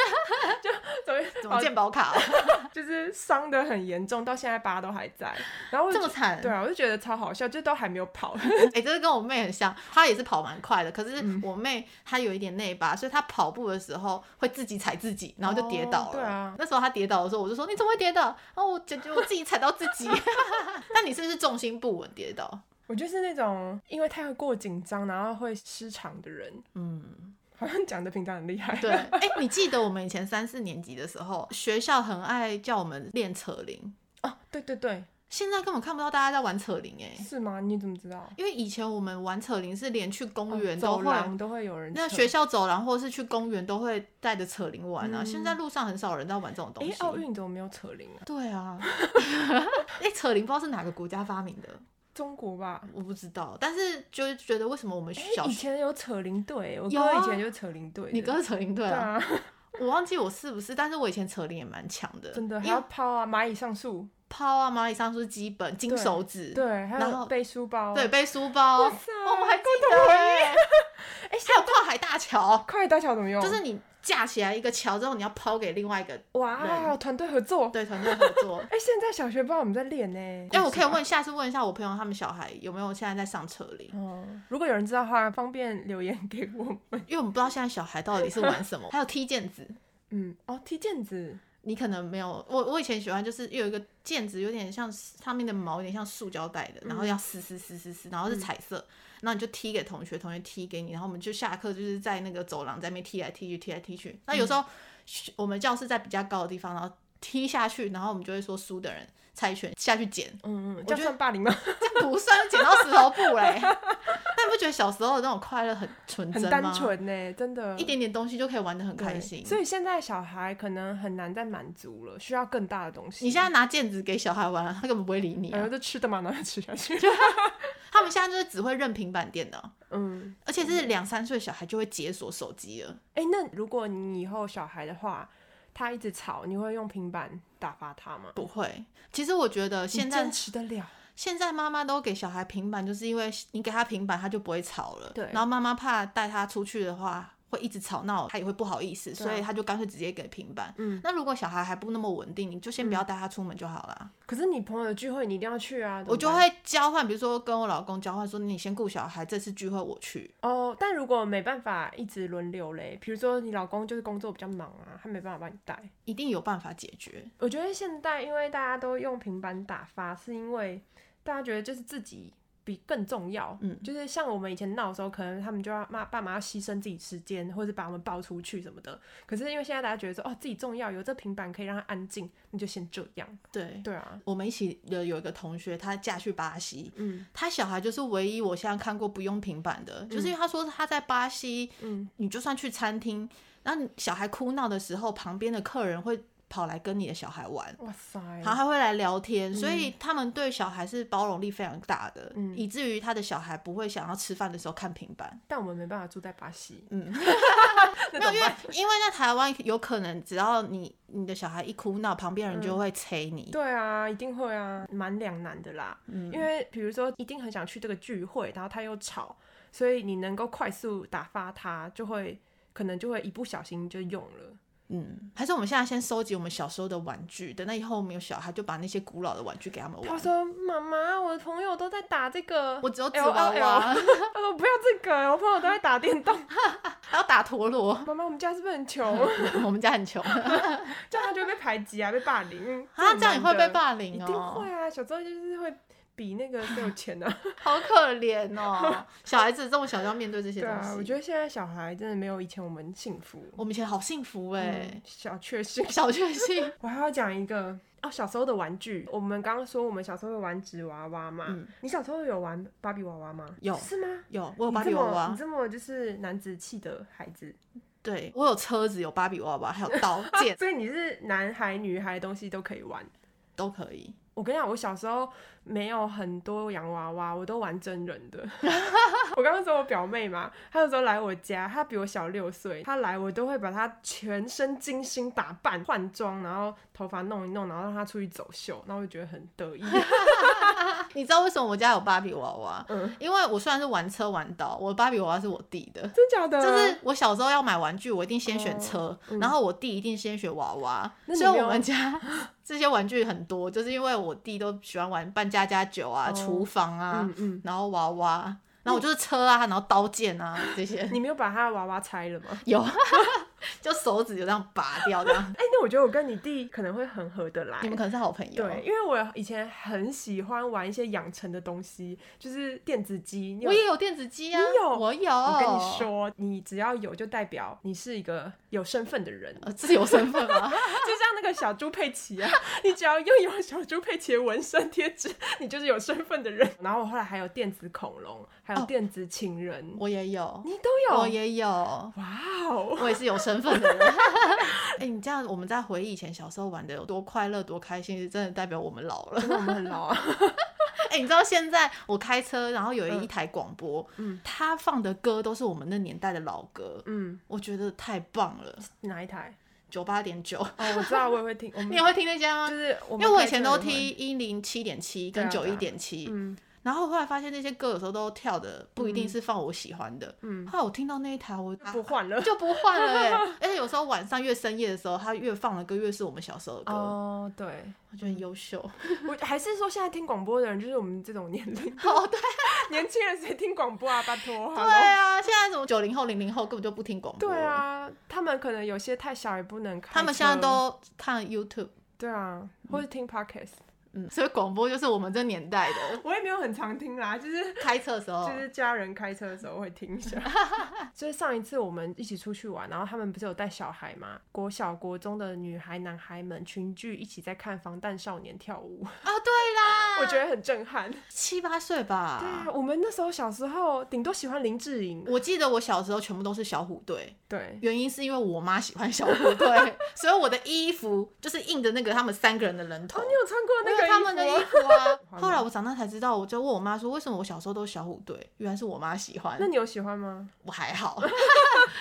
Speaker 1: 走去
Speaker 2: 怎
Speaker 1: 保
Speaker 2: 么健保 卡、哦、
Speaker 1: 就是伤的很严重，到现在疤都还在。然后我就
Speaker 2: 这么惨？
Speaker 1: 对啊，我就觉得超好笑，就都还没有跑。
Speaker 2: 哎、这个跟我妹很像，她也是跑蛮快的，可是
Speaker 1: 嗯
Speaker 2: 我妹她有一点内八，所以她跑步的时候会自己踩自己，然后就跌倒
Speaker 1: 哦
Speaker 2: 了。
Speaker 1: 对啊
Speaker 2: 那时候她跌倒的时候，我就说你怎么会跌倒？哦，我姐姐我自己踩到自己。 那你是不是重心不稳跌倒？
Speaker 1: 我就是那种因为太过紧张，然后会失常的人，
Speaker 2: 嗯，
Speaker 1: 好像讲的平常很厉害。
Speaker 2: 对。哎、你记得我们以前三四年级的时候，学校很爱叫我们练扯铃，
Speaker 1: 哦，对对对，
Speaker 2: 现在根本看不到大家在玩扯铃哎、
Speaker 1: 是吗？你怎么知道？
Speaker 2: 因为以前我们玩扯铃是连去公园都
Speaker 1: 哦走
Speaker 2: 会，
Speaker 1: 廊都会有人扯。
Speaker 2: 那学校走廊或是去公园都会带着扯铃玩啊。
Speaker 1: 嗯
Speaker 2: 现在路上很少人在玩这种东
Speaker 1: 诶，
Speaker 2: 西。
Speaker 1: 奥运怎么没有扯铃啊？
Speaker 2: 对 啊，哎、扯铃不知道是哪个国家发明的，
Speaker 1: 中国吧？
Speaker 2: 我不知道。但是就是觉得为什么我们
Speaker 1: 诶
Speaker 2: 小
Speaker 1: 以
Speaker 2: 学，
Speaker 1: 前有扯铃队，我
Speaker 2: 有
Speaker 1: 哥
Speaker 2: 啊
Speaker 1: 以前就是扯铃队的。
Speaker 2: 你哥是扯铃队
Speaker 1: 对
Speaker 2: 啊？
Speaker 1: 啊，
Speaker 2: 我忘记我是不是，但是我以前扯铃也蛮强的，
Speaker 1: 真的还
Speaker 2: 因
Speaker 1: 要
Speaker 2: 为
Speaker 1: 抛啊，蚂蚁上树，
Speaker 2: 抛啊、蚂蚁上树、基本、金手指，
Speaker 1: 对，还
Speaker 2: 然
Speaker 1: 有
Speaker 2: 后
Speaker 1: 背书包，
Speaker 2: 对，背书包，
Speaker 1: 哇
Speaker 2: 哦
Speaker 1: 塞
Speaker 2: 我还记
Speaker 1: 共同
Speaker 2: 得
Speaker 1: 回
Speaker 2: 欸，哎、 还有跨海大桥，
Speaker 1: 快大桥怎么用？
Speaker 2: 就是你架起来一个桥之后，你要抛给另外一个
Speaker 1: 哇，
Speaker 2: 人
Speaker 1: 团队合作。
Speaker 2: 对团队合作。
Speaker 1: 哎、现在小学不知道我们在练呢、
Speaker 2: 哎、我可以问，下次问一下我朋友他们小孩有没有现在在上车铃，
Speaker 1: 哦，如果有人知道的话，方便留言给我们。
Speaker 2: 因为我们不知道现在小孩到底是玩什么。还有踢毽子，
Speaker 1: 嗯，哦，踢毽子，
Speaker 2: 你可能没有，我我以前喜欢就是有一个毽子，有点像上面的毛有点像塑胶袋的，然后要撕撕撕撕撕，然后是彩色，然后你就踢给同学，同学踢给你，然后我们就下课就是在那个走廊在那边踢来踢去，踢来踢去。那有时候、我们教室在比较高的地方，然后踢下去，然后我们就会说输的人猜拳下去捡。
Speaker 1: 嗯嗯，
Speaker 2: 觉
Speaker 1: 这
Speaker 2: 得
Speaker 1: 样算霸凌吗？
Speaker 2: 不算捡到石头布嘞。 但你不觉得小时候的那种快乐很纯
Speaker 1: 很
Speaker 2: 真吗？
Speaker 1: 单纯呢、真的，
Speaker 2: 一点点东西就可以玩的很
Speaker 1: 对
Speaker 2: 开心。
Speaker 1: 所以现在小孩可能很难再满足了，需要更大的东西。
Speaker 2: 你现在拿毽子给小孩玩，他根本不会理你、
Speaker 1: 然
Speaker 2: 啊
Speaker 1: 后。就吃的嘛，然后就吃下去。
Speaker 2: 他们现在就是只会认平板电脑，
Speaker 1: 嗯，
Speaker 2: 而且是两三岁小孩就会解锁手机了。
Speaker 1: 哎、那如果你以后小孩的话，他一直吵，你会用平板打发他吗？
Speaker 2: 不会，其实我觉得现
Speaker 1: 你
Speaker 2: 在
Speaker 1: 坚持得了。
Speaker 2: 现在妈妈都给小孩平板，就是因为你给他平板，他就不会吵了。
Speaker 1: 对
Speaker 2: 然后妈妈怕带他出去的话。会一直吵闹，他也会不好意思，
Speaker 1: 对啊
Speaker 2: 所以他就干脆直接给平板。
Speaker 1: 嗯，
Speaker 2: 那如果小孩还不那么稳定，你就先不要带他出门就好了。
Speaker 1: 可是你朋友的聚会你一定要去啊！怎么
Speaker 2: 我就
Speaker 1: 办
Speaker 2: 会交换，比如说跟我老公交换，说你先顾小孩，这次聚会我去。
Speaker 1: 哦，但如果没办法一直轮流嘞，比如说你老公就是工作比较忙啊，他没办法帮你带。
Speaker 2: 一定有办法解决，
Speaker 1: 我觉得现在因为大家都用平板打发，是因为大家觉得就是自己比更重要。
Speaker 2: 嗯
Speaker 1: 就是像我们以前闹的时候，可能他们就要骂爸妈要牺牲自己时间，或者把我们抱出去什么的。可是因为现在大家觉得说哦自己重要，有这平板可以让他安静，那就先这样。
Speaker 2: 对，
Speaker 1: 对啊，
Speaker 2: 我们一起的有一个同学，她嫁去巴西，
Speaker 1: 嗯
Speaker 2: 她小孩就是唯一我现在看过不用平板的，就是因为她说她在巴西，
Speaker 1: 嗯，
Speaker 2: 你就算去餐厅，然后你小孩哭闹的时候，旁边的客人会跑来跟你的小孩玩。
Speaker 1: 哇塞，
Speaker 2: 然后还会来聊天，所以他们对小孩是包容力非常大的，
Speaker 1: 嗯
Speaker 2: 以至于他的小孩不会想要吃饭的时候看平板。
Speaker 1: 但我们没办法住在巴西，
Speaker 2: 嗯，
Speaker 1: 那怎
Speaker 2: 没有，因
Speaker 1: 么
Speaker 2: 为
Speaker 1: 办？
Speaker 2: 因为在台湾有可能，只要你你的小孩一哭闹，旁边人就会催你。
Speaker 1: 对啊，一定会啊，蛮两难的啦。
Speaker 2: 嗯
Speaker 1: 因为比如说，一定很想去这个聚会，然后他又吵，所以你能够快速打发他，就会可能就会一不小心就用了。
Speaker 2: 嗯，还是我们现在先收集我们小时候的玩具，等到以后我们有小孩，就把那些古老的玩具给他们
Speaker 1: 他
Speaker 2: 玩。
Speaker 1: 说：“妈妈，我的朋友都在打这个，
Speaker 2: 我只有纸
Speaker 1: LOL
Speaker 2: 娃娃，
Speaker 1: 他说不要这个，我朋友都在打电动。
Speaker 2: 还要打陀螺。
Speaker 1: 妈妈，我们家是不是很穷？
Speaker 2: 我们家 很穷啊，
Speaker 1: 这样他就会被排挤啊，被霸 凌
Speaker 2: 这样也会被霸
Speaker 1: 凌
Speaker 2: 凌
Speaker 1: 一定
Speaker 2: 哦
Speaker 1: 会，啊，小时候就是会比那个更有钱 啊。
Speaker 2: 好可怜哦，小孩子这么小就要面对这些
Speaker 1: 对
Speaker 2: 东
Speaker 1: 啊，
Speaker 2: 西。
Speaker 1: 我觉得现在小孩真的没有以前我们幸福。
Speaker 2: 我们以前好幸福
Speaker 1: 嗯
Speaker 2: 哎，，
Speaker 1: 小确幸。
Speaker 2: 小确幸。
Speaker 1: 我还要讲一个哦，小时候的玩具。我们刚刚说我们小时候会玩纸娃娃嘛，
Speaker 2: 嗯
Speaker 1: 你小时候有玩芭比娃娃吗？
Speaker 2: 有
Speaker 1: 是吗？
Speaker 2: 有，我有
Speaker 1: 你
Speaker 2: 芭
Speaker 1: 这
Speaker 2: 比娃
Speaker 1: 么
Speaker 2: 娃
Speaker 1: 你，这么就是男子气的孩子，
Speaker 2: 对我有车子，有芭比娃娃，还有刀 剑。
Speaker 1: 所以你是男孩女孩的东西都可以玩。
Speaker 2: 都可以。
Speaker 1: 我跟你讲，我小时候没有很多洋娃娃，我都玩真人的。我刚刚说我表妹嘛，她有时候来我家，她比我小六岁，她来我都会把她全身精心打扮、换装，然后头发弄一弄，然后让她出去走秀，那我就觉得很得意。
Speaker 2: 你知道为什么我家有芭比娃娃？
Speaker 1: 嗯，
Speaker 2: 因为我虽然是玩车玩到，我的芭比娃娃是我弟的。
Speaker 1: 真假的？
Speaker 2: 就是我小时候要买玩具，我一定先选车，
Speaker 1: 嗯
Speaker 2: 然后我弟一定先选娃娃。
Speaker 1: 那你
Speaker 2: 所以
Speaker 1: 没有
Speaker 2: 我们家 这些玩具很多，就是因为我弟都喜欢玩扮家家酒啊、
Speaker 1: 哦
Speaker 2: 厨房啊，
Speaker 1: 嗯嗯，
Speaker 2: 然后娃娃，然后我就是车啊，然后刀剑啊这些
Speaker 1: 你没有把她的娃娃拆了吗？
Speaker 2: 有， 就手指就这样拔掉这 样。
Speaker 1: 哎、那我觉得我跟你弟可能会很合得来
Speaker 2: 你。们可能是好朋友，
Speaker 1: 对，因为我以前很喜欢玩一些养成的东西，就是电子机。你有
Speaker 2: 我也有电子机啊，
Speaker 1: 你有
Speaker 2: 我有，
Speaker 1: 我
Speaker 2: 我
Speaker 1: 跟你，说，你只要有，就代表你是一个有身份的人，
Speaker 2: 呃，自由身份吗？
Speaker 1: 就像那个小猪佩奇啊， 你只要拥有小猪佩奇的纹身贴纸，你就是有身份的人。 然后我后来还有电子恐龙，还有
Speaker 2: 哦
Speaker 1: 电子情人，
Speaker 2: 我也有，
Speaker 1: 你都
Speaker 2: 我
Speaker 1: 有，
Speaker 2: 也有，
Speaker 1: 哇哦！
Speaker 2: 我也是有身份的人。 哎、你这样我们在回忆以前小时候玩的有多快乐、多开心，真的代表我们老了。
Speaker 1: 真的我们很老啊，
Speaker 2: 哎、你知道现在我开车，然后有
Speaker 1: 嗯
Speaker 2: 一台广播，
Speaker 1: 嗯
Speaker 2: 他放的歌都是我们那年代的老歌，
Speaker 1: 嗯，
Speaker 2: 我觉得太棒了，
Speaker 1: 哪一台？
Speaker 2: 九八点九，
Speaker 1: 哦，我知道，我也会听，我
Speaker 2: 你
Speaker 1: 们
Speaker 2: 也会听那家吗？
Speaker 1: 就是我
Speaker 2: 因
Speaker 1: 们，
Speaker 2: 为我以前都听，一零七点七
Speaker 1: 对啊
Speaker 2: 跟九
Speaker 1: 对啊
Speaker 2: 一点七，
Speaker 1: 嗯，
Speaker 2: 然后后来发现那些歌有时候都跳的不一定是放我喜欢的，
Speaker 1: 嗯
Speaker 2: 后来我听到那一台我
Speaker 1: 不换 了。哦
Speaker 2: 就不换了哎、而且有时候晚上越深夜的时候，他越放的歌越是我们小时候的歌，
Speaker 1: 哦，对，
Speaker 2: 我觉得很优秀。
Speaker 1: 我还是说现在听广播的人就是我们这种年龄，
Speaker 2: 哦，对
Speaker 1: 年轻人谁听广播啊？拜托，
Speaker 2: 对
Speaker 1: hello
Speaker 2: 啊，现在怎么九零后、零零后根本就不听广播？
Speaker 1: 对，啊，他们可能有些太小也不能看。
Speaker 2: 他们现在都看 YouTube，
Speaker 1: 对啊，或是听 podcast。
Speaker 2: 嗯，所以广播就是我们这年 代的
Speaker 1: 我也没有很常听啦，就是
Speaker 2: 开车的时候
Speaker 1: 就。是家人开车的时候会听一 下。就是上一次我们一起出去玩，然后他们不是有带小孩嘛，国小国中的女孩男孩们群聚一起在看防弹少年跳舞，
Speaker 2: 啊，对啦，
Speaker 1: 我觉得很震撼。
Speaker 2: 七八岁吧，
Speaker 1: 对啊，我们那时候小时候顶多喜欢林志颖，
Speaker 2: 我记得我小时候全部都是小虎队，
Speaker 1: 对。
Speaker 2: 原因是因为我妈喜欢小虎队， 所以我的衣服就是印着那个他们三个人的人头。
Speaker 1: 哦，你有穿过
Speaker 2: 我
Speaker 1: 那
Speaker 2: 有
Speaker 1: 个
Speaker 2: 他们的
Speaker 1: 衣服
Speaker 2: 衣
Speaker 1: 啊？，
Speaker 2: 服 啊后来我长大才知道，我就问我妈说，为什么我小时候都是小虎队？原来是我妈喜欢
Speaker 1: 那，你有喜欢吗？
Speaker 2: 我还好，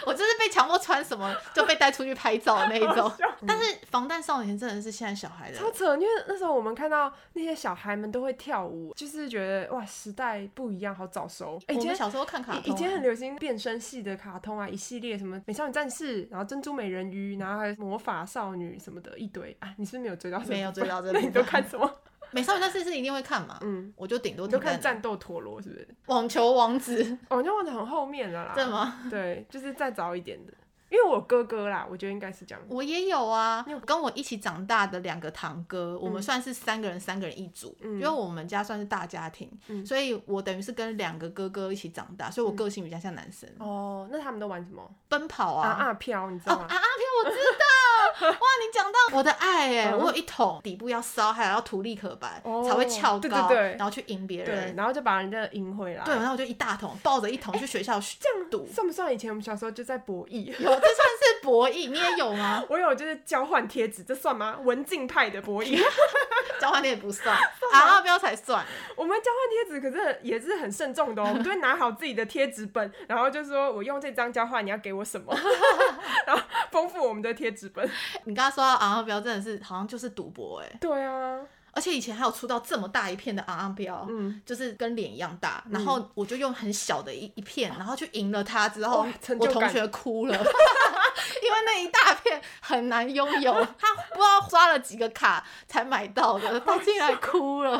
Speaker 2: 我就是被强迫穿什么就被带出去拍照的那一种。但是防弹少年真的是现在小孩的
Speaker 1: 超扯，因为那时候我们看到那些小孩们都会跳舞，就是觉得哇，时代不一样，好早熟。哎、以
Speaker 2: 我
Speaker 1: 前
Speaker 2: 们小时候看卡
Speaker 1: 以
Speaker 2: 通、
Speaker 1: 以前很
Speaker 2: 啊，
Speaker 1: 流行变身系的卡通啊，一系列什么美少女战士，然后珍珠美人鱼，然后还有魔法少女什么的，一堆啊。你是不是没有追到这部分？
Speaker 2: 没有追到这部
Speaker 1: 那
Speaker 2: 分
Speaker 1: 你都看什么？
Speaker 2: 美少女战士是一定会看嘛，
Speaker 1: 嗯，
Speaker 2: 我就顶多
Speaker 1: 你都看
Speaker 2: 停在
Speaker 1: 战斗陀螺是不是？
Speaker 2: 网球王子，
Speaker 1: 哦，那忘得很后面了啦。
Speaker 2: 对？ 吗？
Speaker 1: 对，就是再早一点的，因为我哥哥啦，我觉得应该是这样。
Speaker 2: 我也有啊
Speaker 1: 你有，
Speaker 2: 跟我一起长大的两个堂哥，我们算是三个人，三个人一组，
Speaker 1: 嗯
Speaker 2: 因为我们家算是大家庭，
Speaker 1: 嗯
Speaker 2: 所以我等于是跟两个哥哥一起长大，所以我个性比较像男生，
Speaker 1: 哦，那他们都玩什么？
Speaker 2: 奔跑
Speaker 1: 啊
Speaker 2: 啊。
Speaker 1: 啊飘，你知道
Speaker 2: 哦啊
Speaker 1: 吗？
Speaker 2: 啊！天，我知道。 哇，你讲到我的爱哎，
Speaker 1: 嗯
Speaker 2: 我有一桶底部要烧，还有要涂立可白
Speaker 1: 哦
Speaker 2: 才会翘高，
Speaker 1: 对对对
Speaker 2: 然后去赢别
Speaker 1: 对，
Speaker 2: 人。
Speaker 1: 然后就把人家的赢回来。
Speaker 2: 对，然后我就一大桶抱着一桶去学校这
Speaker 1: 哎这样
Speaker 2: 赌，
Speaker 1: 算不算以前我们小时候就在博弈？
Speaker 2: 有这算是博弈，你也有吗？
Speaker 1: 我有就是交换贴纸，这算吗？文静派的博弈，
Speaker 2: 交换店也不算，啊标才算。
Speaker 1: 我们交换贴纸可是也是很慎重的哦，我们就会拿好自己的贴纸本，然后就说我用这张交换，你要给我什么， 然后丰富我们的贴纸本。
Speaker 2: 你刚刚说到昂昂标，真的是好像就是赌博哎，
Speaker 1: 对啊，
Speaker 2: 而且以前还有出到这么大一片的昂昂标。
Speaker 1: 嗯，
Speaker 2: 就是跟脸一样大，然后我就用很小的一一片，然后去赢了他之后
Speaker 1: 哇成，就
Speaker 2: 我
Speaker 1: 感
Speaker 2: 同学哭了，因 为那一大片很难拥 有，他不知道刷了几个卡才买到的，他竟然哭了。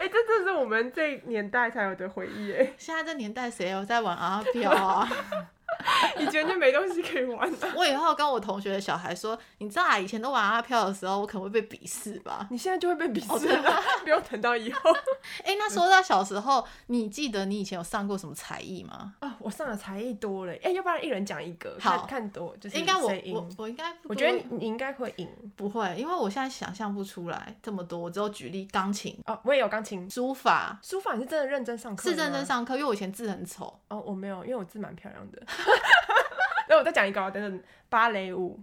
Speaker 1: 哎、这这是我们这年代才有的回忆哎，
Speaker 2: 现在这年代谁有在玩昂昂 标啊？
Speaker 1: 以前就没东西可以玩了。
Speaker 2: 我以后跟我同学的小孩说，你知道啊，以前都玩阿飘的时候，我可能会被鄙视吧。
Speaker 1: 你现在就会被鄙
Speaker 2: 哦
Speaker 1: 视
Speaker 2: 对
Speaker 1: 了， 不用等到以后。
Speaker 2: 哎、那说到小时候，你记得你以前有上过什么才艺吗？
Speaker 1: 啊、我上的才艺多了，哎、要不然一人讲一个，
Speaker 2: 好
Speaker 1: 看看多就是
Speaker 2: 应该我
Speaker 1: 谁赢
Speaker 2: 我我应该不
Speaker 1: 我觉得你你应该会赢
Speaker 2: 不会，因为我现在想象不出来这么多。我只有举例钢琴、
Speaker 1: 哦。我也有钢琴，
Speaker 2: 书法。
Speaker 1: 书法你是真的认真上课的
Speaker 2: 是
Speaker 1: 吗，
Speaker 2: 认真上课，因为我以前字很丑。
Speaker 1: 哦，我没有， 因为我字蛮漂亮的。那我再讲一个哦，等等，芭蕾舞，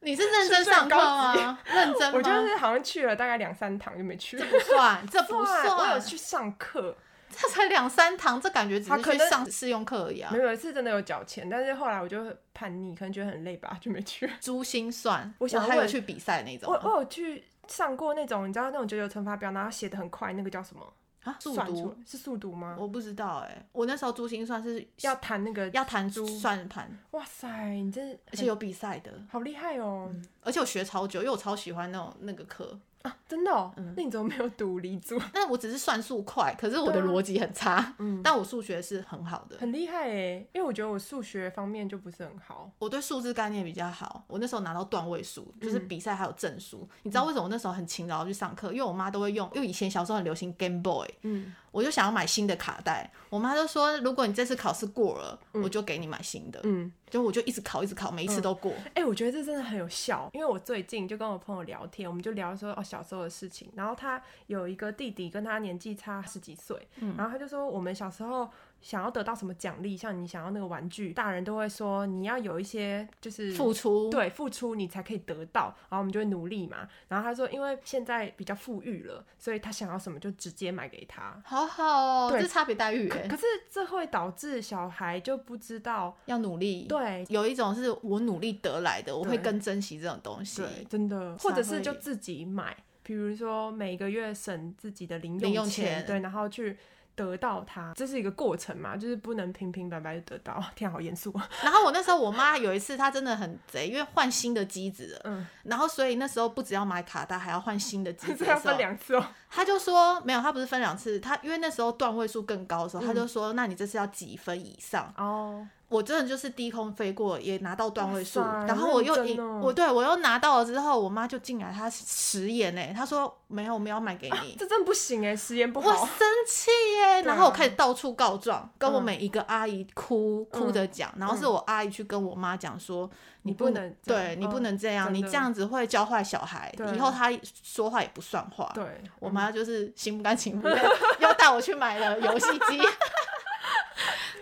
Speaker 2: 你是认真上课
Speaker 1: 是不是很
Speaker 2: 吗？认真吗？
Speaker 1: 我就是好像去了大概两三堂就没去了
Speaker 2: 这。不算，这不
Speaker 1: 算我有
Speaker 2: 算，
Speaker 1: 去上课，
Speaker 2: 这才两三堂，这感觉只
Speaker 1: 啊
Speaker 2: 是
Speaker 1: 可
Speaker 2: 去
Speaker 1: 能
Speaker 2: 上试用课而已啊
Speaker 1: 没。有一次真的有缴钱，但是后来我就很叛逆，可能觉得很累吧，就没去。
Speaker 2: 珠心算，
Speaker 1: 我想
Speaker 2: 还有
Speaker 1: 问
Speaker 2: 去比赛那种
Speaker 1: 我
Speaker 2: 啊
Speaker 1: 我有去上过那种你知道那种九九乘法表，然后写的很快，那个叫什么？
Speaker 2: 啊，速
Speaker 1: 算出
Speaker 2: 读
Speaker 1: 来，是速读吗？
Speaker 2: 我不知道哎，我那时候珠心算是
Speaker 1: 要弹那个，
Speaker 2: 要弹
Speaker 1: 珠
Speaker 2: 算盘，
Speaker 1: 哇塞，你真是
Speaker 2: 而且有嗯比赛的，
Speaker 1: 好厉害哦！
Speaker 2: 而且我学超久，因为我超喜欢那种那个课。
Speaker 1: 啊，真的哦，
Speaker 2: 嗯
Speaker 1: 那你怎么没有读理组？
Speaker 2: 但我只是算术快，可是我
Speaker 1: 对
Speaker 2: 的
Speaker 1: 啊
Speaker 2: 逻辑很差，
Speaker 1: 嗯
Speaker 2: 但我数学是很好的。
Speaker 1: 很厉害哎，因为我觉得我数学方面就不是很好，
Speaker 2: 我对数字概念比较好，我那时候拿到段位数，
Speaker 1: 嗯
Speaker 2: 就是比赛还有证书。你知道为什么我那时候很勤劳去上课？因为我妈都会用，因为以前小时候很流行 Game Boy，
Speaker 1: 嗯，
Speaker 2: 我就想要买新的卡带，我妈就说，如果你这次考试过了，我就给你买新的。
Speaker 1: 嗯，
Speaker 2: 就我就一直考，一直考，每一次都过。
Speaker 1: 哎、我觉得这真的很有效，因为我最近就跟我朋友聊天，我们就聊说哦小时候的事情，然后他有一个弟弟跟他年纪差十几岁，
Speaker 2: 嗯
Speaker 1: 然后他就说我们小时候想要得到什么奖励，像你想要那个玩具，大人都会说你要有一些就是
Speaker 2: 付出，
Speaker 1: 对，付出你才可以得到，然后我们就会努力嘛。然后他说，因为现在比较富裕了，所以他想要什么就直接买给他。
Speaker 2: 好好哦，
Speaker 1: 对
Speaker 2: 这差别待遇哎
Speaker 1: 可，是这会导致小孩就不知道，
Speaker 2: 要努力。，
Speaker 1: 对
Speaker 2: 有一种是我努力得来的，我会
Speaker 1: 对
Speaker 2: 更珍惜这种东西。
Speaker 1: 对，真的，或
Speaker 2: 才
Speaker 1: 者是
Speaker 2: 会
Speaker 1: 就自己买，比如说每个月省自己的零
Speaker 2: 零用
Speaker 1: 钱，
Speaker 2: 钱
Speaker 1: 对，然后去。得到它，这是一个过程嘛，就是不能平平白白就得到。 天啊，好严肃啊！
Speaker 2: 然后我那时候我妈有一次她真的很贼，因为换新的机子了，
Speaker 1: 嗯，
Speaker 2: 然后所以那时候不只要买卡带，还要换新的机子
Speaker 1: 这要
Speaker 2: 的时
Speaker 1: 分
Speaker 2: 候，
Speaker 1: 两次哦。
Speaker 2: 她就说没有，她不是分两次，她因为那时候段位数更高的时候，她就说那你这次要几分以上？
Speaker 1: 哦，
Speaker 2: 我真的就是低空飞过，也拿到段位数，
Speaker 1: 哇塞
Speaker 2: 然后我又
Speaker 1: 认真
Speaker 2: 赢，
Speaker 1: 哦
Speaker 2: 我对我又拿到了之后，我妈就进来，她食言哎、她说没有，我们要买给你。
Speaker 1: 这真不行哎，食言不
Speaker 2: 我
Speaker 1: 好。
Speaker 2: 生气耶，
Speaker 1: 对啊
Speaker 2: 然后我开始到处告状，跟我
Speaker 1: 嗯
Speaker 2: 每一个阿姨哭、哭着讲，然后是我阿姨去跟我妈讲说，
Speaker 1: 你
Speaker 2: 不
Speaker 1: 不能这样
Speaker 2: 对你
Speaker 1: 嗯
Speaker 2: 不
Speaker 1: 嗯
Speaker 2: 能这样，
Speaker 1: 真
Speaker 2: 你
Speaker 1: 的
Speaker 2: 这样子会教坏小孩，
Speaker 1: 对嗯
Speaker 2: 以后他说话也不算话。
Speaker 1: 对，
Speaker 2: 我妈就是心不甘情 不愿，又带我去买了游戏机。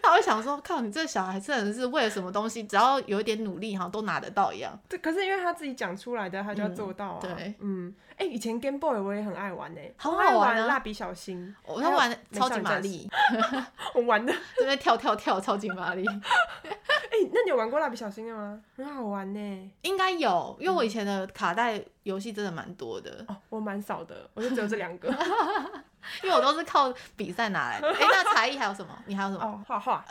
Speaker 2: 她会想说：“靠，你这小孩真的是为了什么东西，只要有一点努力，好像都拿得到一样。
Speaker 1: 对，可是因为他自己讲出来的，他就要做到啊。
Speaker 2: 嗯对
Speaker 1: 嗯，哎、以前 Game Boy 我也很爱玩呢、欸，
Speaker 2: 好
Speaker 1: 我
Speaker 2: 好
Speaker 1: 爱
Speaker 2: 玩啊
Speaker 1: 蜡笔小 新，”
Speaker 2: 我
Speaker 1: 哦还
Speaker 2: 她
Speaker 1: 有
Speaker 2: 玩
Speaker 1: 美
Speaker 2: 超
Speaker 1: 少
Speaker 2: 级
Speaker 1: 女
Speaker 2: 玛
Speaker 1: 战士，
Speaker 2: 丽，
Speaker 1: 我玩的。
Speaker 2: 这边跳跳跳，超级玛丽。
Speaker 1: 哎、那你有玩过蜡笔小新的吗？很好玩呢、
Speaker 2: 应该有，因为
Speaker 1: 嗯
Speaker 2: 我以前的卡带游戏真的蛮多的，
Speaker 1: 哦，我蛮少的，我就只有这两 个。
Speaker 2: 因为我都是靠比赛 拿来的。哎、那才艺还有什么？你还有什么？
Speaker 1: 哦，画画。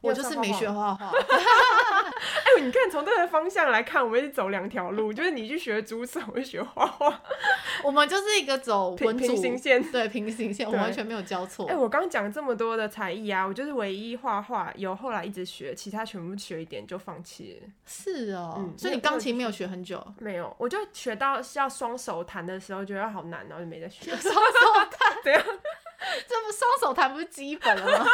Speaker 2: 我就是没学画画，
Speaker 1: 哦哎、你看从这个方向来看，我们是走两条 路，就是你去学竹手，我去学画画，
Speaker 2: 哦我们就是一个走
Speaker 1: 平
Speaker 2: 文组
Speaker 1: 平行线。
Speaker 2: 对平行线，我
Speaker 1: 对
Speaker 2: 完全没有交错。
Speaker 1: 哎、我刚讲这么多的才艺啊，我就是唯一画画有后来一直学，其他全部学一点就放弃了。
Speaker 2: 是哦，
Speaker 1: 嗯
Speaker 2: 所以
Speaker 1: 没有没
Speaker 2: 你
Speaker 1: 有
Speaker 2: 钢琴没有 学很久，
Speaker 1: 没有，我就学到要双手弹的时候，觉得好难，哦然后就没再学。
Speaker 2: 双手弹
Speaker 1: 怎样
Speaker 2: 这不双手弹不是基本 了吗？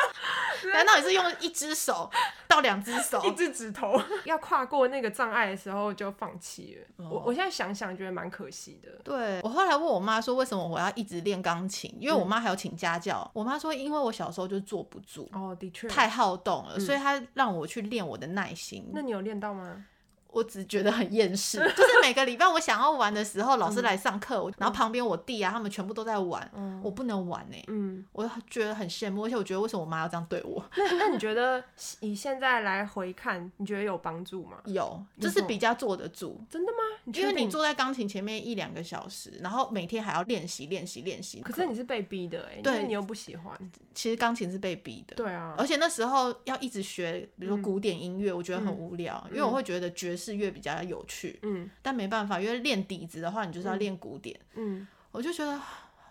Speaker 2: 难道你是用一只手到两只手？
Speaker 1: 啊 一只指头要跨过那个障碍的时候就放弃了。
Speaker 2: 哦
Speaker 1: 我我现在想想觉得蛮可惜的。
Speaker 2: 对我后来问我妈说，为什么我要一直练钢琴？因为
Speaker 1: 嗯
Speaker 2: 我妈还有请家教。我妈说，因为我小时候就坐不住，
Speaker 1: 哦，的确。
Speaker 2: 太好动了，所以她让我去练我的耐心。
Speaker 1: 嗯那你有练到吗？
Speaker 2: 我只觉得很 厌世，就是每个礼拜我想要玩的时候，老师来上课，我然后旁边我弟啊，他们全部都在玩，
Speaker 1: 嗯
Speaker 2: 我不能玩呢、欸
Speaker 1: 嗯，
Speaker 2: 我觉得很羡慕，而且我觉得为什么我妈要这样对我？
Speaker 1: 那 那你觉得以现在来回看，你觉得有帮助吗？
Speaker 2: 有，就是比较坐得住，
Speaker 1: 真的吗？嗯你确
Speaker 2: 因为你
Speaker 1: 定，
Speaker 2: 坐在钢琴前面一两个小时，然后每天还要练习练习练习。
Speaker 1: 可是你是被逼的哎、欸，
Speaker 2: 对
Speaker 1: 因为你又不喜欢。
Speaker 2: 其实钢琴是被逼的，
Speaker 1: 对啊，
Speaker 2: 而且那时候要一直学，比如说古典音乐，我觉得很无聊，因为我会觉得爵士乐比较有趣，
Speaker 1: 嗯
Speaker 2: 但没办法，因为练底子的话，你就是要练古典，
Speaker 1: 嗯，
Speaker 2: 我就觉得啊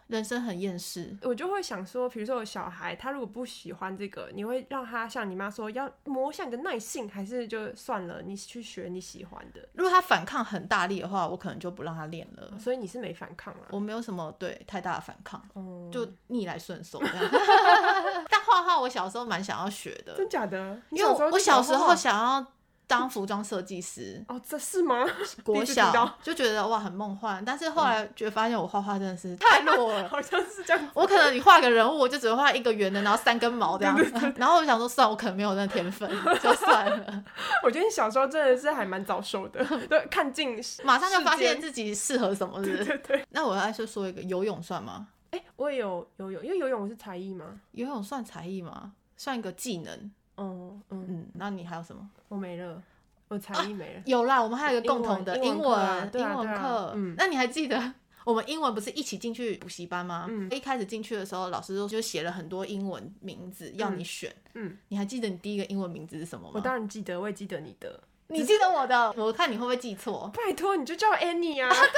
Speaker 2: 人生很厌世。
Speaker 1: 我就会想说，比如说有小孩，他如果不喜欢这个，你会让他像你妈说要磨一下你的耐性，还是就算了，你去学你喜欢的？
Speaker 2: 如果他反抗很大力的话，我可能就不让他练了。
Speaker 1: 所以你是没反抗啊？
Speaker 2: 我没有什么对太大的反抗，
Speaker 1: 哦，
Speaker 2: 就逆来顺受这 样。 但画画我小时候蛮想要学的，
Speaker 1: 真假的？你
Speaker 2: 因为
Speaker 1: 时候
Speaker 2: 我我
Speaker 1: 就想
Speaker 2: 小时
Speaker 1: 画
Speaker 2: 候
Speaker 1: 画。
Speaker 2: 想要当服装设计师
Speaker 1: 哦，这是吗？
Speaker 2: 国
Speaker 1: 第一次听到
Speaker 2: 小就觉得哇很梦幻，但是后来觉得发现我画画真的是太弱 了，
Speaker 1: 好像是这样子。
Speaker 2: 我可能你画个人物，我就只会画一个圆的，然后三根毛这样。 然后我想说，算了，我可能没有那天分， 就算了。
Speaker 1: 我觉得你小时候真的是还蛮早熟的，对，看尽世
Speaker 2: 马上就发现
Speaker 1: 世
Speaker 2: 自己适合什么，是不
Speaker 1: 界
Speaker 2: 是？
Speaker 1: 对对。
Speaker 2: 那我要是说一个游泳算吗？
Speaker 1: 哎、我也有游泳，因为游泳我是才艺嘛。
Speaker 2: 游泳算才艺吗？算一个技能。
Speaker 1: 哦，嗯，
Speaker 2: 嗯，啊那你还有什么？
Speaker 1: 我没了，我才艺没了。
Speaker 2: 有啦，我们还有一个共同的
Speaker 1: 英文
Speaker 2: 英
Speaker 1: 英文课啊对啊
Speaker 2: 英文
Speaker 1: 对啊
Speaker 2: 课。
Speaker 1: 嗯
Speaker 2: 那你还记得？我们英文不是一起进去补习班吗？
Speaker 1: 嗯
Speaker 2: 一开始进去的时候，老师就就写了很多英文名字要你选。
Speaker 1: 嗯，
Speaker 2: 你还记得你第一个英文名字是什么
Speaker 1: 我
Speaker 2: 吗？
Speaker 1: 当然记得，我也记得你的。
Speaker 2: 你记得我的？我看你会不会记错？
Speaker 1: 拜托，你就叫 Annie 啊！ 对，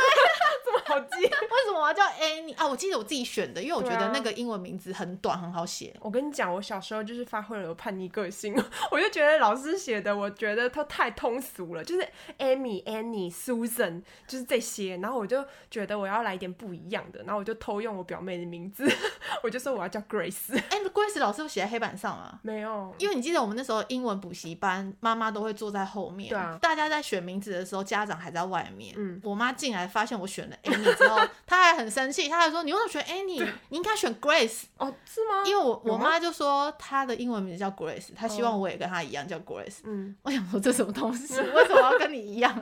Speaker 1: 这么好记。
Speaker 2: 为什么我要叫 Annie 啊？我记得我自己选的，因为我觉
Speaker 1: 对
Speaker 2: 得
Speaker 1: 啊
Speaker 2: 那个英文名字很短，很好写。
Speaker 1: 我跟你讲，我小时候就是发挥了我叛逆个性， 我就觉得老师写的，我觉得他太通俗了，就是 Amy、Annie、Susan，就是这些。然后我就觉得我要来一点不一样的，然后我就偷用我表妹的名字， 我就说我要叫 Grace。
Speaker 2: 哎、g r a c e 老师有写在黑板上吗？
Speaker 1: 没有，
Speaker 2: 因为你记得我们那时候英文补习班，妈妈都会坐在后面，
Speaker 1: 对啊
Speaker 2: 大家在选名字的时候，家长还在外面。
Speaker 1: 嗯，
Speaker 2: 我妈进来发现我选了 Annie 之后，她还很生气，她还说：“你为什么选 Annie？你应该选 Grace。
Speaker 1: 哦，是吗”？
Speaker 2: 因为我
Speaker 1: 有
Speaker 2: 我
Speaker 1: 吗哦
Speaker 2: 妈就说她的英文名字叫 Grace，她希望我也跟她一样叫 Grace。
Speaker 1: 嗯，
Speaker 2: 我想说这什么东西？为什么要跟你一样？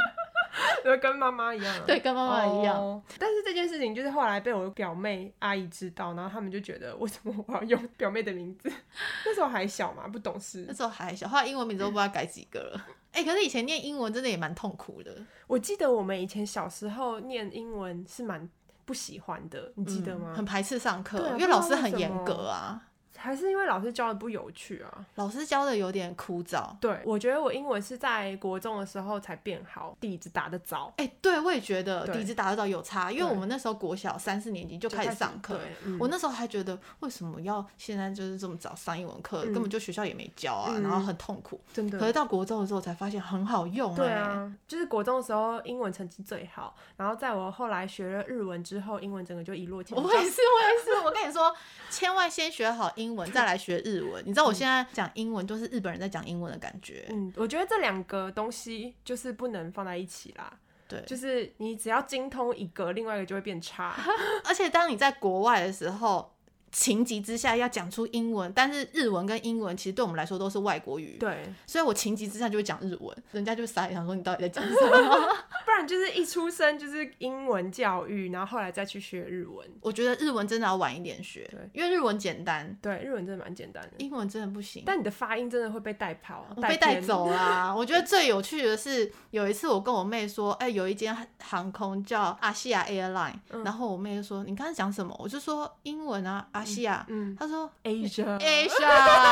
Speaker 1: 就跟妈妈一样、啊。
Speaker 2: 对，跟妈妈一样。
Speaker 1: 哦但是这件事情就是后来被我表妹阿姨知道，然后他们就觉得为什么我要用表妹的名字？ 那时候还小嘛，不懂事
Speaker 2: 那。时候还小，后来英文名字都不知道改几个了。 哎、可是以前念英文真的也蛮痛苦的。
Speaker 1: 我记得我们以前小时候念英文是蛮不喜欢的，你记得
Speaker 2: 嗯
Speaker 1: 吗？
Speaker 2: 很排斥上课，
Speaker 1: 对啊
Speaker 2: 因为老师很严
Speaker 1: 不知道为什
Speaker 2: 格啊，
Speaker 1: 还是因为老师教的不有趣啊？
Speaker 2: 老师教的有点枯燥。
Speaker 1: 对，我觉得我英文是在国中的时候才变好，底子打得早，
Speaker 2: 哎、对，我也觉得
Speaker 1: 对
Speaker 2: 底子打得到有差，因为
Speaker 1: 对
Speaker 2: 我们那时候国小三四年级就
Speaker 1: 就
Speaker 2: 开始上课。
Speaker 1: 对嗯
Speaker 2: 我那时候还觉得，为什么要现在就是这么早上英文课，
Speaker 1: 嗯
Speaker 2: 根本就学校也没教啊，
Speaker 1: 嗯
Speaker 2: 然后很痛苦。
Speaker 1: 真的
Speaker 2: 可是到国中的时候才发现很好用、哎。
Speaker 1: 对啊，就是国中的时候英文成绩最好，然后在我后来学了日文之后，英文整个就一落千
Speaker 2: 我
Speaker 1: 丈。
Speaker 2: 也是，我也是。我跟你说，千万先学好英文，再来学日文。你知道我现在讲英文，就是日本人在讲英文的感觉。
Speaker 1: 嗯，我觉得这两个东西就是不能放在一起啦。
Speaker 2: 对，
Speaker 1: 就是你只要精通一个，另外一个就会变差。
Speaker 2: 而且当你在国外的时候，情急之下要讲出英文，但是日文跟英文其实对我们来说都是外国语。，
Speaker 1: 对，
Speaker 2: 所以我情急之下就会讲日文，人家就傻眼，想说你到底在讲 什么？
Speaker 1: 不然就是一出生就是英文教育，然后后来再去学日文。
Speaker 2: 我觉得日文真的要晚一点学
Speaker 1: 对，
Speaker 2: 因为日文简单，
Speaker 1: 对，日文真的蛮简单的，
Speaker 2: 英文真的不行。
Speaker 1: 但你的发音真的会被带跑，
Speaker 2: 我哦被带
Speaker 1: 偏
Speaker 2: 走 啦、我觉得最有趣的是，有一次我跟我妹说，哎、有一间航空叫阿西亚 Airline，、
Speaker 1: 嗯
Speaker 2: 然后我妹就说，你刚才讲什么？我就说英文啊，阿西亚。
Speaker 1: 嗯
Speaker 2: 她说
Speaker 1: ，Asia。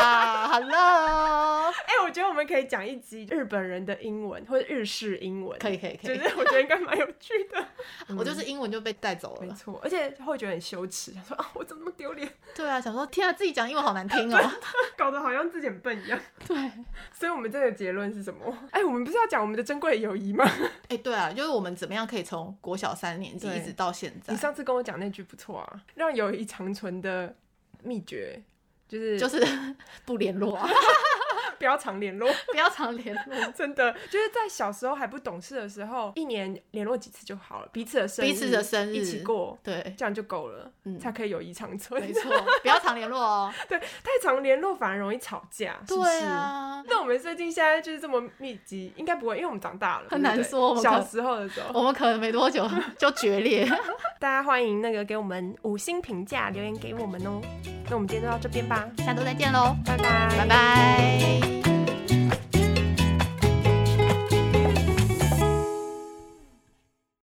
Speaker 2: Asia，Hello，
Speaker 1: 哎、我觉得我们可以讲一集日本人的英文或者日式英文，
Speaker 2: 可以可以可
Speaker 1: 就
Speaker 2: 以，
Speaker 1: 是我觉得应该蛮有趣的。 嗯
Speaker 2: 我就是英文就被带走
Speaker 1: 没
Speaker 2: 了。
Speaker 1: 错，而且会觉得很羞耻，想说啊，我怎么那么丢脸，
Speaker 2: 对啊，想说天啊，自己讲英文好难听哦。
Speaker 1: 搞得好像自己很笨一样。
Speaker 2: 对，
Speaker 1: 所以我们这个结论是什么？哎、我们不是要讲我们的珍贵友谊吗？
Speaker 2: 哎，对啊，就是我们怎么样可以从国小三年级
Speaker 1: 对
Speaker 2: 一直到现在
Speaker 1: 你，上次跟我讲那句不错啊，让友谊长存的秘诀就是
Speaker 2: 就是 不联络 啊，
Speaker 1: 不要常联络，
Speaker 2: 不要常联络，
Speaker 1: 真的就是在小时候还不懂事的时候，一年联络几次就好了，彼此的生日，
Speaker 2: 彼此的生日
Speaker 1: 一起过。
Speaker 2: 对，
Speaker 1: 这样就够了，
Speaker 2: 嗯
Speaker 1: 才可以友谊长存。
Speaker 2: 没错，不要常联 络哦。
Speaker 1: 对， 太常联络反而容易吵架，是不
Speaker 2: 对
Speaker 1: 是？
Speaker 2: 啊，
Speaker 1: 但我们最近现在就是这么密集，应该不会，因为我们长大了，
Speaker 2: 很
Speaker 1: 对不
Speaker 2: 难
Speaker 1: 对
Speaker 2: 说我们可
Speaker 1: 小时候的时候，
Speaker 2: 我们可能没多久就决裂。
Speaker 1: 大家欢迎那个给我们五星评价，留言给我们哦。那我们今天就到这边吧，
Speaker 2: 下周再见喽，
Speaker 1: 拜拜，
Speaker 2: 拜。拜。